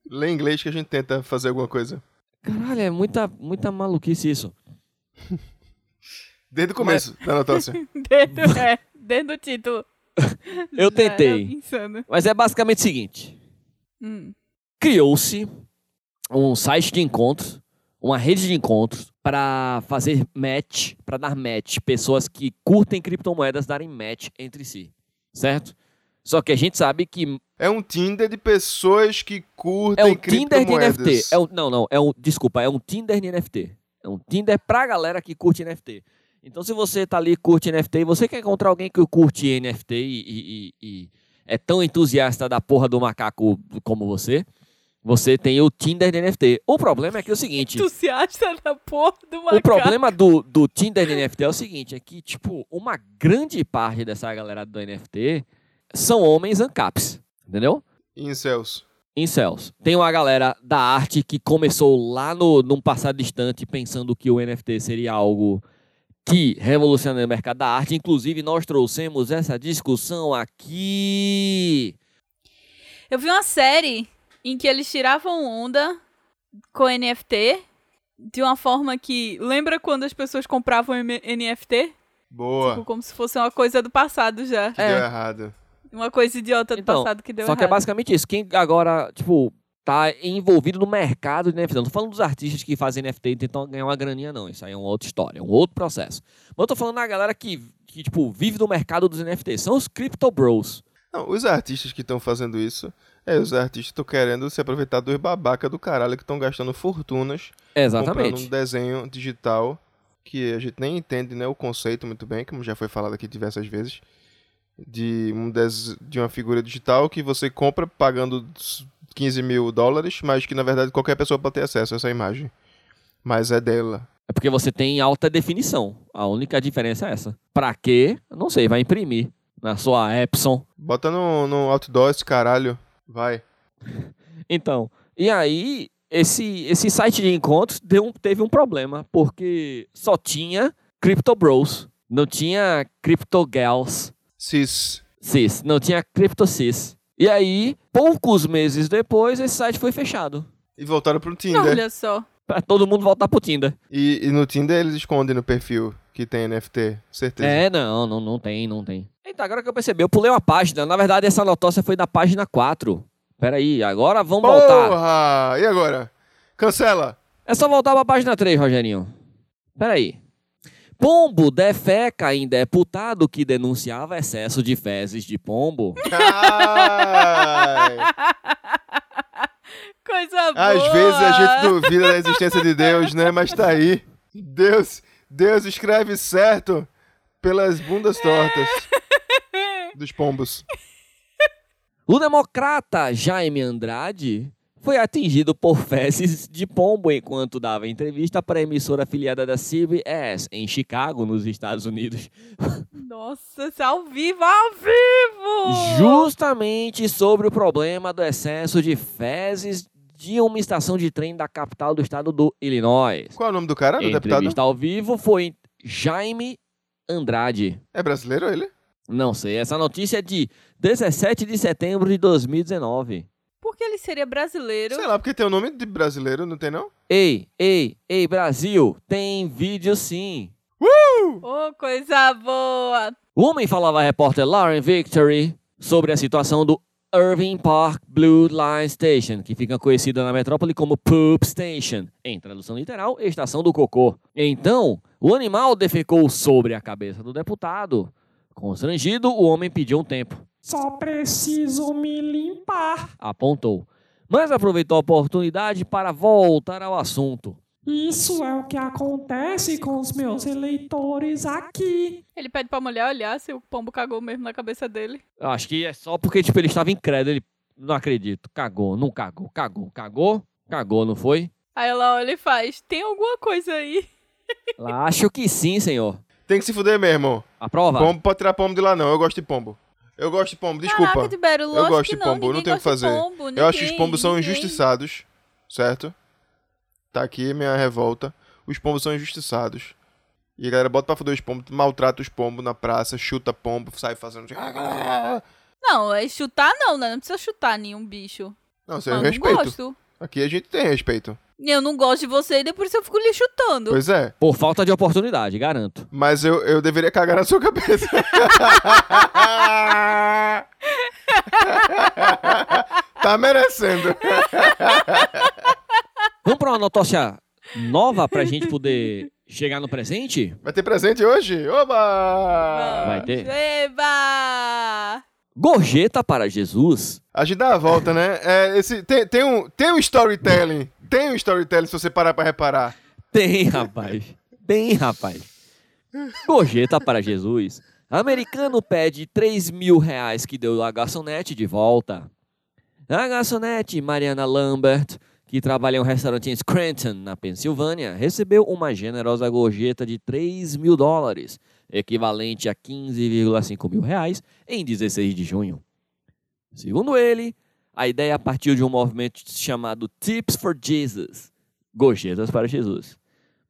Speaker 1: Lê em inglês que a gente tenta fazer alguma coisa.
Speaker 3: Caralho, é muita, muita maluquice isso.
Speaker 1: Desde o começo da notócia.
Speaker 2: Dentro, é, dentro do título.
Speaker 3: Eu
Speaker 2: Já,
Speaker 3: tentei.
Speaker 2: é Insano.
Speaker 3: Mas é basicamente o seguinte:
Speaker 2: Hum.
Speaker 3: criou-se um site de encontros, uma rede de encontros para fazer match, para dar match, pessoas que curtem criptomoedas darem match entre si, certo? Só que a gente sabe que
Speaker 1: É um Tinder de pessoas que curtem
Speaker 3: é um Tinder de
Speaker 1: Tipo, criptomoedas.
Speaker 3: NFT. É um, não, não, é um, desculpa, é um Tinder de NFT. É um Tinder pra galera que curte NFT. Então, se você tá ali e curte NFT e você quer encontrar alguém que curte NFT e, e- e- e é tão entusiasta da porra do macaco como você, você tem o Tinder de NFT. O problema é que é o seguinte.
Speaker 2: Entusiasta da porra do macaco.
Speaker 3: O problema do, do Tinder de NFT é o seguinte: é que, tipo, uma grande parte dessa galera do NFT são homens ancaps, entendeu?
Speaker 1: Incels.
Speaker 3: Incels. Tem uma galera da arte que começou lá no, num passado distante pensando que o NFT seria algo que revolucionaria o mercado da arte. Inclusive, nós trouxemos essa discussão aqui.
Speaker 2: Eu vi uma série em que eles tiravam onda com NFT de uma forma que. Lembra quando as pessoas compravam M- NFT?
Speaker 1: Boa.
Speaker 2: Tipo, como se fosse uma coisa do passado já.
Speaker 3: É.
Speaker 1: Que deu errado.
Speaker 2: Uma coisa idiota do
Speaker 3: Então,
Speaker 2: passado que deu
Speaker 3: Só que é
Speaker 2: errado.
Speaker 3: basicamente isso. Quem agora, tipo, tá envolvido no mercado de NFT. Não tô falando dos artistas que fazem NFT e tentam ganhar uma graninha, não. Isso aí é uma outra história, é um outro processo. Mas eu tô falando da galera que, que tipo, vive no mercado dos NFTs. São os Crypto Bros.
Speaker 1: Não, os artistas que estão fazendo isso, é, os artistas estão querendo se aproveitar dos babaca do caralho que estão gastando fortunas comprando um
Speaker 3: Exatamente.
Speaker 1: desenho digital que a gente nem entende né, o conceito muito bem, como já foi falado aqui diversas vezes, de, um des... de uma figura digital que você compra pagando 15 mil dólares, mas que na verdade qualquer pessoa pode ter acesso a essa imagem. Mas é dela.
Speaker 3: É porque você tem alta definição. A única diferença é essa. Pra quê? Eu Não sei, vai imprimir na sua Epson.
Speaker 1: Bota no, no outdoor esse caralho. Vai.
Speaker 3: Então, e aí, esse, esse site de encontros deu um- teve um problema, porque só tinha Crypto Bros, não tinha Crypto Gals,
Speaker 1: Cis.
Speaker 3: cis, não tinha Crypto Cis. E aí, poucos meses depois, esse site foi fechado.
Speaker 1: E voltaram pro Tinder.
Speaker 2: Olha só.
Speaker 3: Pra todo mundo voltar pro Tinder.
Speaker 1: E, e no Tinder eles escondem no perfil que tem NFT, certeza.
Speaker 3: É, não, não, não tem, não tem. Eita, agora que eu percebi, eu pulei uma página. Na verdade, essa notócia foi da página 4. Peraí, agora vamos voltar.
Speaker 1: Porra! E agora? Cancela!
Speaker 3: É só voltar pra página 3, Rogerinho. Peraí. Pombo defeca em deputado que denunciava excesso de fezes de pombo.
Speaker 1: Ai.
Speaker 2: Coisa boa.
Speaker 1: Às vezes a gente duvida da existência de Deus, né? Mas tá aí. Deus, Deus escreve certo pelas bundas tortas dos pombos.
Speaker 3: O democrata Jaime Andrade foi atingido por fezes de pombo enquanto dava entrevista para a emissora afiliada da CBS em Chicago, nos Estados Unidos,
Speaker 2: Nossa, isso é ao vivo, ao vivo!
Speaker 3: justamente sobre o problema do excesso de fezes de uma estação de trem da capital do estado do Illinois.
Speaker 1: Qual é o nome do cara, do
Speaker 3: entrevista
Speaker 1: deputado?
Speaker 3: ao vivo foi Jaime Andrade.
Speaker 1: É brasileiro ele?
Speaker 3: Não sei, essa notícia é de 17 de setembro de 2019.
Speaker 2: Por que ele seria brasileiro?
Speaker 1: Sei lá, porque tem o nome de brasileiro, não tem não?
Speaker 3: Ei, ei, ei, Brasil, tem vídeo sim.
Speaker 2: Oh, coisa boa!
Speaker 3: O homem falava à repórter Lauren Victory sobre a situação do Irving Park Blue Line Station, que fica conhecida na metrópole como Poop Station, em tradução literal, estação do cocô. Então, o animal defecou sobre a cabeça do deputado. Constrangido, o homem pediu um tempo.
Speaker 4: Só preciso me limpar.
Speaker 3: apontou, mas aproveitou a oportunidade para voltar ao assunto.
Speaker 4: Isso é o que acontece com os meus eleitores aqui.
Speaker 2: Ele pede pra mulher olhar se o pombo cagou mesmo na cabeça dele.
Speaker 3: Eu acho que é só porque tipo ele estava incrédulo, ele não acredito, cagou, não cagou, cagou, cagou, cagou, não foi?
Speaker 2: Aí ela olha e faz: tem alguma coisa aí?
Speaker 3: Ela, acho que sim, senhor.
Speaker 1: Tem que se fuder mesmo.
Speaker 3: Aprova.
Speaker 1: Pombo pode tirar pombo de lá não, eu gosto de pombo. Eu gosto de pombo, desculpa.
Speaker 2: Caraca, Tibério, lógico
Speaker 1: gosto
Speaker 2: que
Speaker 1: de
Speaker 2: não,
Speaker 1: pombo,
Speaker 2: ninguém
Speaker 1: não tem o que
Speaker 2: gosta de
Speaker 1: fazer.
Speaker 2: pombo,
Speaker 1: Eu acho que os
Speaker 2: ninguém,
Speaker 1: pombos são
Speaker 2: ninguém.
Speaker 1: injustiçados, certo? Tá aqui minha revolta. Os pombos são injustiçados. E a galera bota pra foder os pombos, maltrata os pombos na praça, chuta pombo, sai fazendo.
Speaker 2: Não, é chutar não, né? Não precisa chutar nenhum bicho. Ah,
Speaker 1: Não, isso
Speaker 2: Eu
Speaker 1: é
Speaker 2: não
Speaker 1: respeito.
Speaker 2: gosto.
Speaker 1: Aqui a gente tem respeito.
Speaker 2: Eu não gosto de você e depois eu fico lhe chutando.
Speaker 1: Pois é.
Speaker 3: Por falta de oportunidade, garanto.
Speaker 1: Mas eu, eu deveria cagar na sua cabeça. tá merecendo.
Speaker 3: Vamos para uma notócia nova para a gente poder chegar no presente?
Speaker 1: Vai ter presente hoje? Oba!
Speaker 3: Vai ter?
Speaker 2: Eba!
Speaker 3: Gorjeta para Jesus.
Speaker 1: A gente dá a volta, né? É, esse, tem, tem, um, tem um storytelling. Tem um storytelling se você parar pra reparar.
Speaker 3: Tem, rapaz. Tem, rapaz. Gorjeta para Jesus. Americano pede 3 mil reais que deu a garçonete de volta. A garçonete Mariana Lambert, que trabalha em um restaurante em Scranton, na Pensilvânia, recebeu uma generosa gorjeta de 3 mil dólares, equivalente a 15,5 mil reais, em 16 de junho. Segundo ele, a ideia partiu de um movimento chamado Tips for Jesus, gorjetas para Jesus.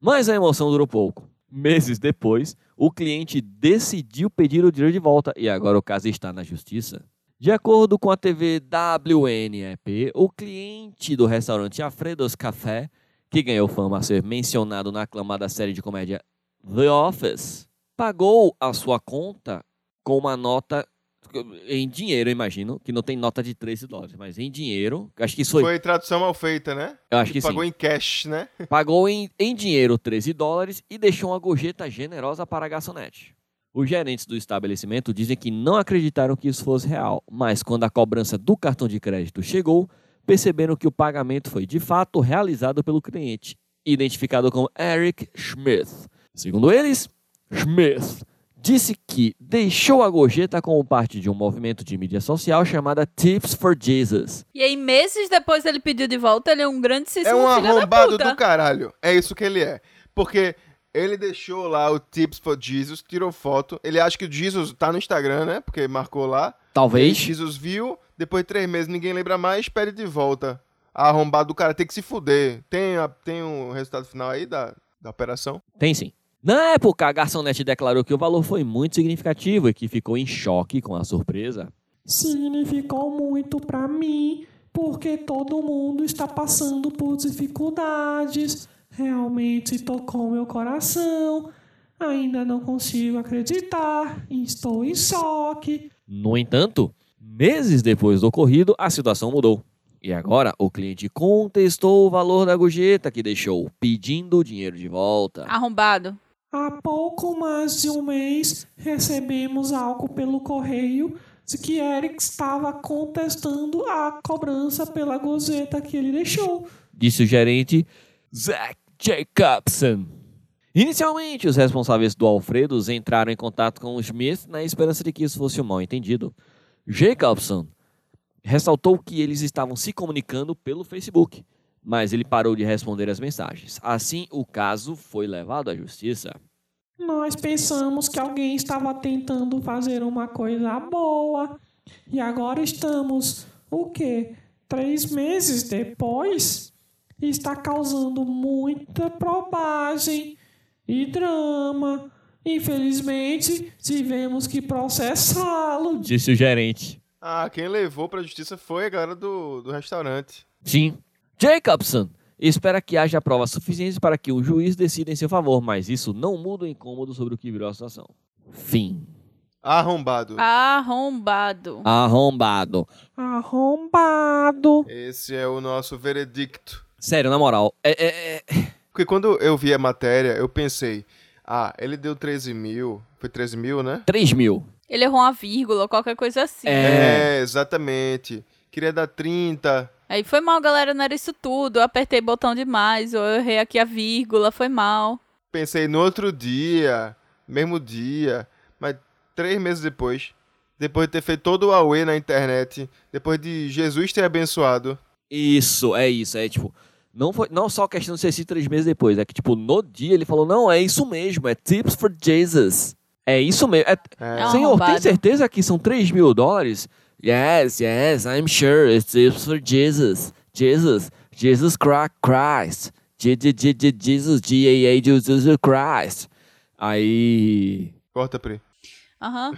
Speaker 3: Mas a emoção durou pouco. Meses depois, o cliente decidiu pedir o dinheiro de volta e agora o caso está na justiça. De acordo com a TV WNEP, o cliente do restaurante Alfredo's Café, que ganhou fama a ser mencionado na aclamada série de comédia The Office, pagou a sua conta com uma nota Em dinheiro, eu imagino, que não tem nota de 13 dólares, mas em dinheiro, acho que isso foi.
Speaker 1: Foi tradução mal feita, né?
Speaker 3: eu acho que sim.
Speaker 1: Pagou em cash, né?
Speaker 3: Pagou em, em dinheiro 13 dólares e deixou uma gorjeta generosa para a garçonete. Os gerentes do estabelecimento dizem que não acreditaram que isso fosse real, mas quando a cobrança do cartão de crédito chegou, perceberam que o pagamento foi de fato realizado pelo cliente, identificado como Eric Smith. Segundo eles, Smith disse que deixou a gorjeta como parte de um movimento de mídia social chamada Tips for Jesus.
Speaker 2: E aí, meses depois, ele pediu de volta, ele é um grande
Speaker 1: É
Speaker 2: filho
Speaker 1: um
Speaker 2: da
Speaker 1: arrombado
Speaker 2: puta.
Speaker 1: do caralho. É isso que ele é. Porque ele deixou lá o Tips for Jesus, tirou foto. Ele acha que o Jesus tá no Instagram, né? Porque marcou lá.
Speaker 3: Talvez.
Speaker 1: Aí Jesus viu, depois de três meses ninguém lembra mais, pede de volta. Arrombado do cara, tem que se fuder. Tem, a- tem um resultado final aí da, da operação?
Speaker 3: Tem sim. Na época, a garçonete declarou que o valor foi muito significativo e que ficou em choque com a surpresa.
Speaker 4: Significou muito pra mim, porque todo mundo está passando por dificuldades. Realmente tocou meu coração. Ainda não consigo acreditar. Estou em choque.
Speaker 3: No entanto, meses depois do ocorrido, a situação mudou. E agora, o cliente contestou o valor da gorjeta que deixou, pedindo o dinheiro de volta.
Speaker 2: Arrombado.
Speaker 4: Há pouco mais de um mês, recebemos algo pelo correio de que Eric estava contestando a cobrança pela gozeta que ele deixou.
Speaker 3: disse o gerente Zack Jacobson. Inicialmente, os responsáveis do Alfredos entraram em contato com o Smith na esperança de que isso fosse um mal-entendido. Jacobson ressaltou que eles estavam se comunicando pelo Facebook, mas ele parou de responder as mensagens. Assim, o caso foi levado à justiça.
Speaker 4: Nós pensamos que alguém estava tentando fazer uma coisa boa. E agora estamos, o quê? Três meses depois? Está causando muita probagem e drama. Infelizmente, tivemos que processá-lo.
Speaker 3: Disse o gerente.
Speaker 1: Ah, quem levou pra justiça foi a galera do, do restaurante.
Speaker 3: Sim. Jacobson espera que haja provas suficientes para que o juiz decida em seu favor, mas isso não muda o incômodo sobre o que virou a situação. Fim.
Speaker 1: Arrombado.
Speaker 2: Ah. Arrombado.
Speaker 3: Arrombado.
Speaker 4: Arrombado.
Speaker 1: Esse é o nosso veredicto.
Speaker 3: Sério, na moral. É, é, é-
Speaker 1: Porque quando eu vi a matéria, eu pensei, ah, ele deu 13 mil, foi 13 mil, né?
Speaker 3: 3 mil.
Speaker 2: Ele errou uma vírgula, qualquer coisa assim.
Speaker 3: É.
Speaker 1: exatamente. Queria dar 30.
Speaker 2: Aí foi mal, galera, não era isso tudo. Eu apertei botão demais, ou eu errei aqui a vírgula, foi mal.
Speaker 1: Pensei no outro dia, mesmo dia, mas três meses depois, depois de ter feito todo o Aue na internet, depois de Jesus ter abençoado.
Speaker 3: Isso, é isso. É tipo. Não, foi, não só questão de ser esses três meses depois. É que, tipo, no dia ele falou: não, é isso mesmo. É tips for Jesus. É isso mesmo. É,
Speaker 1: É,
Speaker 2: É um
Speaker 3: Senhor, tem
Speaker 2: arrombado.
Speaker 3: certeza que são 3 mil dólares? Yes, yes, I'm sure. It's tips for Jesus. Jesus. Jesus Cra- Christ. Je- je- je- je- Jesus, G-A-A, Jesus Christ. Aí.
Speaker 1: corta, Pri.
Speaker 2: Aham.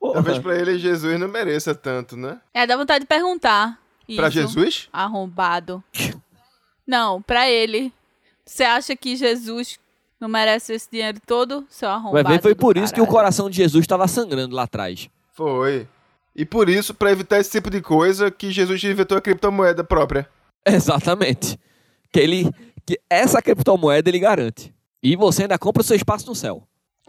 Speaker 1: Talvez pra ele Jesus não mereça tanto, né?
Speaker 2: É, dá vontade de perguntar. Isso.
Speaker 1: Pra Jesus?
Speaker 2: Arrombado. Não, pra ele. Você acha que Jesus não merece esse dinheiro todo? Seu arrombado.
Speaker 3: Mas foi
Speaker 2: do
Speaker 3: por isso que o
Speaker 2: caralho.
Speaker 3: coração de Jesus estava sangrando lá atrás.
Speaker 1: Foi. E por isso, pra evitar esse tipo de coisa, que Jesus inventou a criptomoeda própria.
Speaker 3: Exatamente. Que ele. Que essa criptomoeda ele garante. E você ainda compra o seu espaço no céu.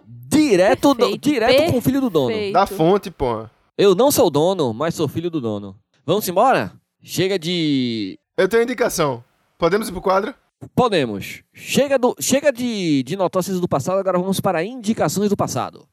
Speaker 3: Direto, do-
Speaker 2: Perfeito,
Speaker 3: direto com o filho do dono.
Speaker 2: perfeito.
Speaker 1: Da fonte, pô.
Speaker 3: Eu não sou dono, mas sou filho do dono. Vamos embora? Chega de.
Speaker 1: Eu tenho indicação. Podemos ir pro quadro?
Speaker 3: Podemos. Chega, do, chega de, de notócias do passado, agora vamos para indicações do passado.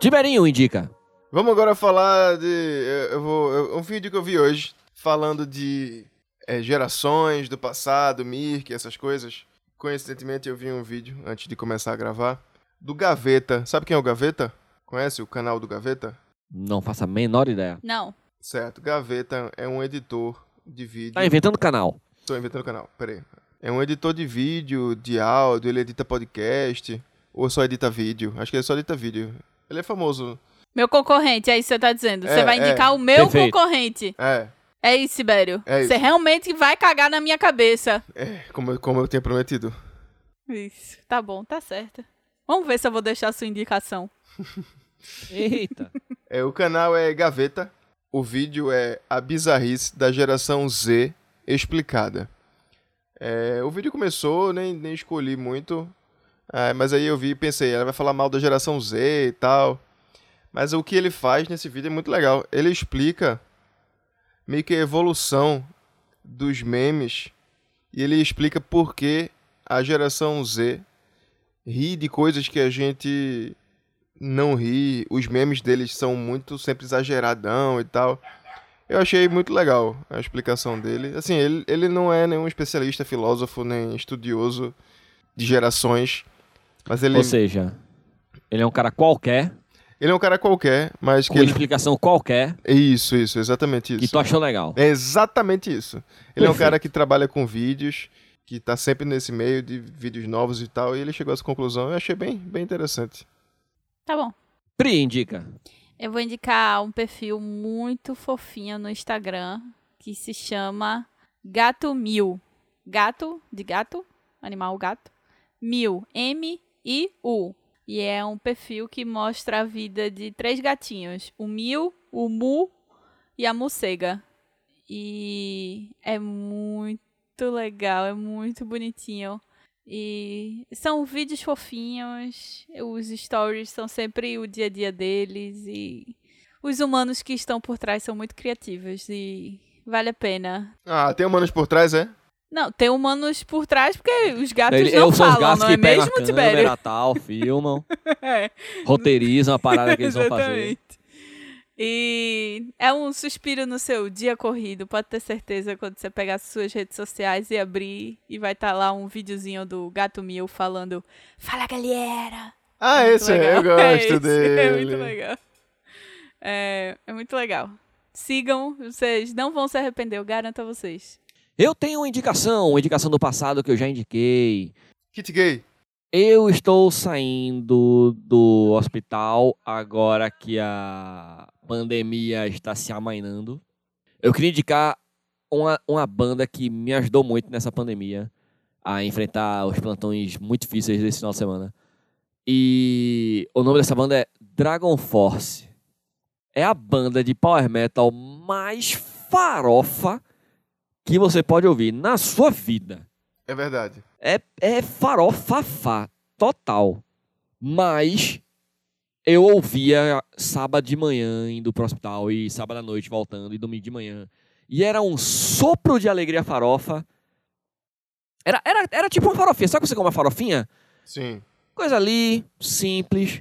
Speaker 3: Tiberinho indica.
Speaker 1: Vamos agora falar de. eu- Eu vou, eu- um vídeo que eu vi hoje falando de é, gerações do passado, Mirk, essas coisas. Coincidentemente, eu vi um vídeo antes de começar a gravar do Gaveta. Sabe quem é o Gaveta? Conhece o canal do Gaveta?
Speaker 3: Não faço a menor ideia.
Speaker 2: Não.
Speaker 1: Certo, Gaveta é um editor de vídeo.
Speaker 3: Tá inventando canal.
Speaker 1: Tô inventando o canal, peraí. É um editor de vídeo, de áudio, ele edita podcast, ou só edita vídeo. Acho que ele só edita vídeo. Ele é famoso.
Speaker 2: Meu concorrente, é isso que você tá dizendo. Você
Speaker 1: É,
Speaker 2: vai
Speaker 1: é.
Speaker 2: indicar o meu
Speaker 3: Perfeito.
Speaker 2: concorrente.
Speaker 1: É.
Speaker 2: É isso, Sibério.
Speaker 1: É
Speaker 2: Você
Speaker 1: isso.
Speaker 2: realmente vai cagar na minha cabeça.
Speaker 1: É, como, eu- como eu tinha prometido.
Speaker 2: Isso. Tá bom, tá certo. Vamos ver se eu vou deixar a sua indicação.
Speaker 3: Eita.
Speaker 1: É, o canal é Gaveta. O vídeo é A Bizarrice da Geração Z Explicada. É, o vídeo começou, nem, nem escolhi muito. ah, mas aí eu vi e pensei, ela vai falar mal da geração Z e tal. Mas o que ele faz nesse vídeo é muito legal. Ele explica meio que a evolução dos memes. E ele explica por que a geração Z ri de coisas que a gente não ri. Os memes deles são muito sempre exageradão e tal. Eu achei muito legal a explicação dele. Assim, ele, ele não é nenhum especialista, filósofo, nem estudioso de gerações. Mas ele,
Speaker 3: Ou seja, ele é um cara qualquer,
Speaker 1: ele é um cara qualquer, mas
Speaker 3: com
Speaker 1: que
Speaker 3: uma
Speaker 1: ele...
Speaker 3: explicação qualquer,
Speaker 1: Isso, isso, exatamente isso.
Speaker 3: que tu achou legal.
Speaker 1: É exatamente isso. Ele é um
Speaker 3: Perfeito.
Speaker 1: cara que trabalha com vídeos, que tá sempre nesse meio de vídeos novos e tal, e ele chegou a essa conclusão. Eu achei bem, bem interessante.
Speaker 2: Tá bom.
Speaker 3: Pri indica.
Speaker 2: Eu vou indicar um perfil muito fofinho no Instagram que se chama Gato Mil. Gato de gato, animal gato. Mil, M I U. E é um perfil que mostra a vida de três gatinhos, o Mil, o Mu e a Mocega. E é muito legal, é muito bonitinho. E são vídeos fofinhos, os stories são sempre o dia a dia deles e os humanos que estão por trás são muito criativos e vale a pena.
Speaker 1: Ah, tem humanos por trás, é?
Speaker 2: Não, tem humanos por trás porque os gatos
Speaker 3: Ele-
Speaker 2: não
Speaker 3: eu sou os
Speaker 2: falam,
Speaker 3: gatos
Speaker 2: não
Speaker 3: que
Speaker 2: é
Speaker 3: pegam
Speaker 2: mesmo,
Speaker 3: a
Speaker 2: Tibério?
Speaker 3: câmera, tal, filmam,
Speaker 2: É.
Speaker 3: roteirizam a parada que eles vão fazer.
Speaker 2: Exatamente. E é um suspiro no seu dia corrido, pode ter certeza quando você pegar suas redes sociais e abrir e vai estar lá um videozinho do Gato Mil falando: "Fala, galera".
Speaker 1: Ah,
Speaker 2: muito
Speaker 1: esse é,
Speaker 2: legal.
Speaker 1: eu gosto
Speaker 2: É esse,
Speaker 1: dele.
Speaker 2: É muito legal. É, é muito legal. Sigam, vocês não vão se arrepender, eu garanto a vocês.
Speaker 3: Eu tenho uma indicação, uma indicação do passado que eu já indiquei.
Speaker 1: Kit Gay.
Speaker 3: Eu estou saindo do hospital agora que a pandemia está se amainando. Eu queria indicar uma, uma banda que me ajudou muito nessa pandemia a enfrentar os plantões muito difíceis desse final de semana. E o nome dessa banda é Dragon Force. É a banda de power metal mais farofa que você pode ouvir na sua vida.
Speaker 1: É verdade.
Speaker 3: É, é farofafá, total. Mas eu ouvia sábado de manhã indo pro hospital e sábado à noite voltando e domingo de manhã. E era um sopro de alegria farofa. Era, era, era tipo uma farofinha. Sabe quando você come uma farofinha?
Speaker 1: Sim.
Speaker 3: Coisa ali, simples,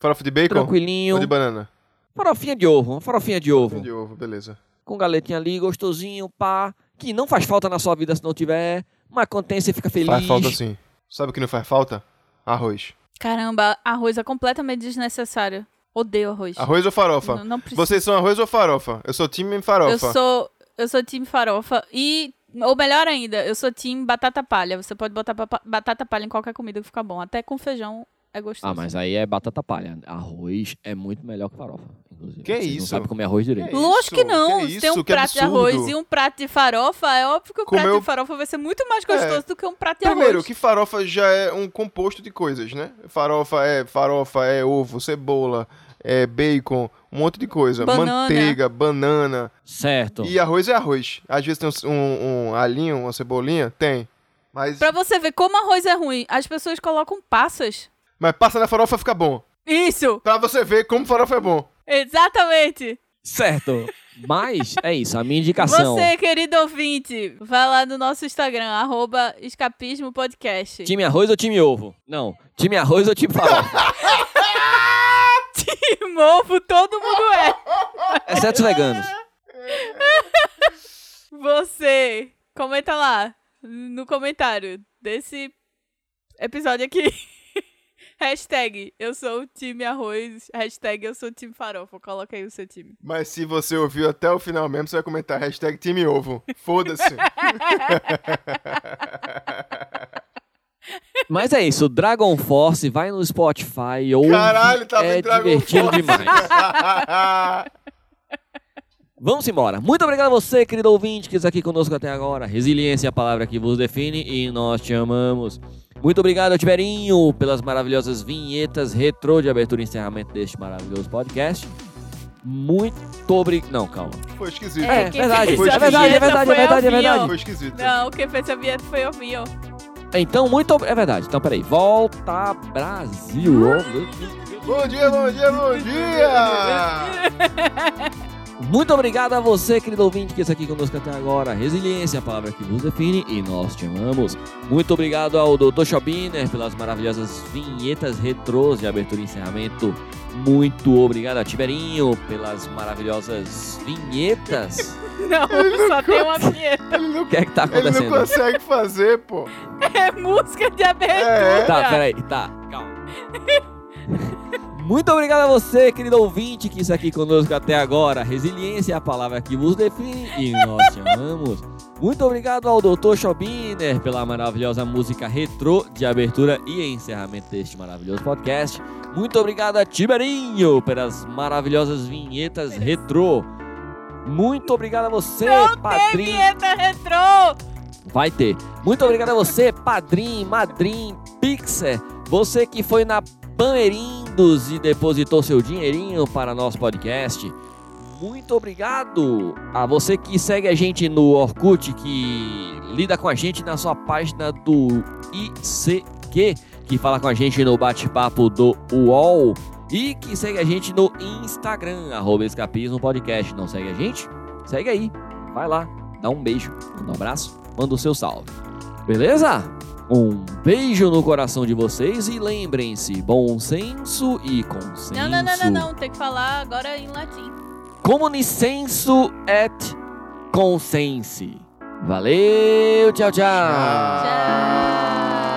Speaker 1: Farofa de bacon ou
Speaker 3: tranquilinho.
Speaker 1: de banana?
Speaker 3: Farofinha de ovo, uma farofinha de ovo.
Speaker 1: De ovo, beleza.
Speaker 3: Com galetinha ali, gostosinho, pá. Que não faz falta na sua vida se não tiver. Mas quando tem, você fica feliz.
Speaker 1: Faz falta sim. Sabe o que não faz falta? Arroz.
Speaker 2: Caramba, arroz é completamente desnecessário. Odeio arroz.
Speaker 1: Arroz é ou farofa?
Speaker 2: Não, não preciso.
Speaker 1: Vocês são arroz ou farofa? Eu sou time farofa.
Speaker 2: Eu sou, eu sou time farofa e, ou melhor ainda, eu sou time batata palha. Você pode botar papa- batata palha em qualquer comida que fica bom. Até com feijão é gostoso.
Speaker 3: Ah, mas aí é batata palha. Arroz é muito melhor que farofa, inclusive.
Speaker 1: Que
Speaker 3: Vocês
Speaker 1: isso?
Speaker 3: Não sabe comer arroz direito.
Speaker 1: Que
Speaker 2: Lógico que
Speaker 1: isso?
Speaker 2: não.
Speaker 1: Que
Speaker 2: Se
Speaker 1: isso?
Speaker 2: tem um
Speaker 1: Que
Speaker 2: prato de
Speaker 1: absurdo.
Speaker 2: arroz e um prato de farofa, é óbvio que o
Speaker 1: Comeu- É.
Speaker 2: prato de farofa vai ser muito mais gostoso do que um prato de
Speaker 1: Primeiro,
Speaker 2: arroz.
Speaker 1: que farofa já é um composto de coisas, né? Farofa é farofa, é ovo, cebola, é bacon, um monte de coisa.
Speaker 2: Banana.
Speaker 1: Manteiga, banana.
Speaker 3: Certo.
Speaker 1: E arroz é arroz. Às vezes tem um, um- um alhinho, uma cebolinha, tem. Mas,
Speaker 2: Pra você ver como arroz é ruim, as pessoas colocam passas.
Speaker 1: mas passa na farofa fica bom.
Speaker 2: Isso!
Speaker 1: Pra você ver como farofa é bom.
Speaker 2: Exatamente!
Speaker 3: Certo. Mas é isso, a minha indicação.
Speaker 2: Você, querido ouvinte, vai lá no nosso Instagram, arroba escapismo podcast.
Speaker 3: Time arroz ou time ovo? Não, time arroz ou time farofa?
Speaker 2: Time ovo, todo mundo é!
Speaker 3: Exceto os veganos.
Speaker 2: Você comenta lá no comentário desse episódio aqui. hashtag eu sou o time arroz. Hashtag eu sou o time farofa. Coloca aí o seu time.
Speaker 1: Mas se você ouviu até o final mesmo, você vai comentar hashtag time ovo. Foda-se.
Speaker 3: Mas é isso, Dragon Force, vai no Spotify ou
Speaker 1: Caralho, tá
Speaker 3: é
Speaker 1: bem Dragon
Speaker 3: divertido
Speaker 1: Force.
Speaker 3: demais. Vamos embora. Muito obrigado a você, querido ouvinte, que está aqui conosco até agora. Resiliência é a palavra que vos define e nós te amamos. Muito obrigado, Tiberinho, pelas maravilhosas vinhetas retrô de abertura e encerramento deste maravilhoso podcast. Muito obrigado. Não, calma.
Speaker 1: Foi esquisito.
Speaker 3: É,
Speaker 2: quem
Speaker 3: verdade,
Speaker 2: fez
Speaker 1: é
Speaker 2: a
Speaker 1: verdade, é
Speaker 2: vinheta
Speaker 3: verdade, é
Speaker 2: foi
Speaker 3: verdade, é
Speaker 2: o Mio.
Speaker 3: verdade.
Speaker 1: Foi esquisito.
Speaker 2: Não, quem fez a vinheta foi o Mio.
Speaker 3: Então, muito ob- É verdade. Então, peraí. Volta, Brasil. Oh, meu Deus.
Speaker 1: Bom dia, bom dia, bom dia!
Speaker 3: Muito obrigado a você, querido ouvinte, que está aqui conosco até agora. Resiliência, a palavra que vos define e nós te amamos. Muito obrigado ao Dr. Schobiner pelas maravilhosas vinhetas retrôs de abertura e encerramento. Muito obrigado a Tiberinho pelas maravilhosas vinhetas.
Speaker 2: Não, só tem uma vinheta.
Speaker 1: Ele não,
Speaker 3: O que é que tá
Speaker 1: ele não
Speaker 3: acontecendo?
Speaker 1: consegue fazer, pô.
Speaker 2: É música de
Speaker 1: É,
Speaker 2: abertura.
Speaker 3: Tá, peraí, tá, calma. Muito obrigado a você, querido ouvinte, que está aqui conosco até agora. Resiliência é a palavra que vos define e nós te amamos. Muito obrigado ao Dr. Schobiner pela maravilhosa música retrô de abertura e encerramento deste maravilhoso podcast. Muito obrigado a Tiberinho pelas maravilhosas vinhetas retrô. Muito obrigado a você, padrinho.
Speaker 2: Vinheta retrô!
Speaker 3: Vai ter. Muito obrigado a você, padrinho, madrinho, pixer, você que foi na Panheirindos e depositou seu dinheirinho para nosso podcast. Muito obrigado a você que segue a gente no Orkut, que lida com a gente na sua página do ICQ, que fala com a gente no bate-papo do UOL e que segue a gente no Instagram, arroba Escapismo Podcast. Não segue a gente? Segue aí. Vai lá, dá um beijo, manda um abraço manda o seu salve. Beleza? Um beijo no coração de vocês e lembrem-se, bom senso e consenso.
Speaker 2: Não, não, não, não, não. Tem que falar agora em latim.
Speaker 3: Comunicenso et consense. Valeu, tchau. tchau.
Speaker 2: Tchau.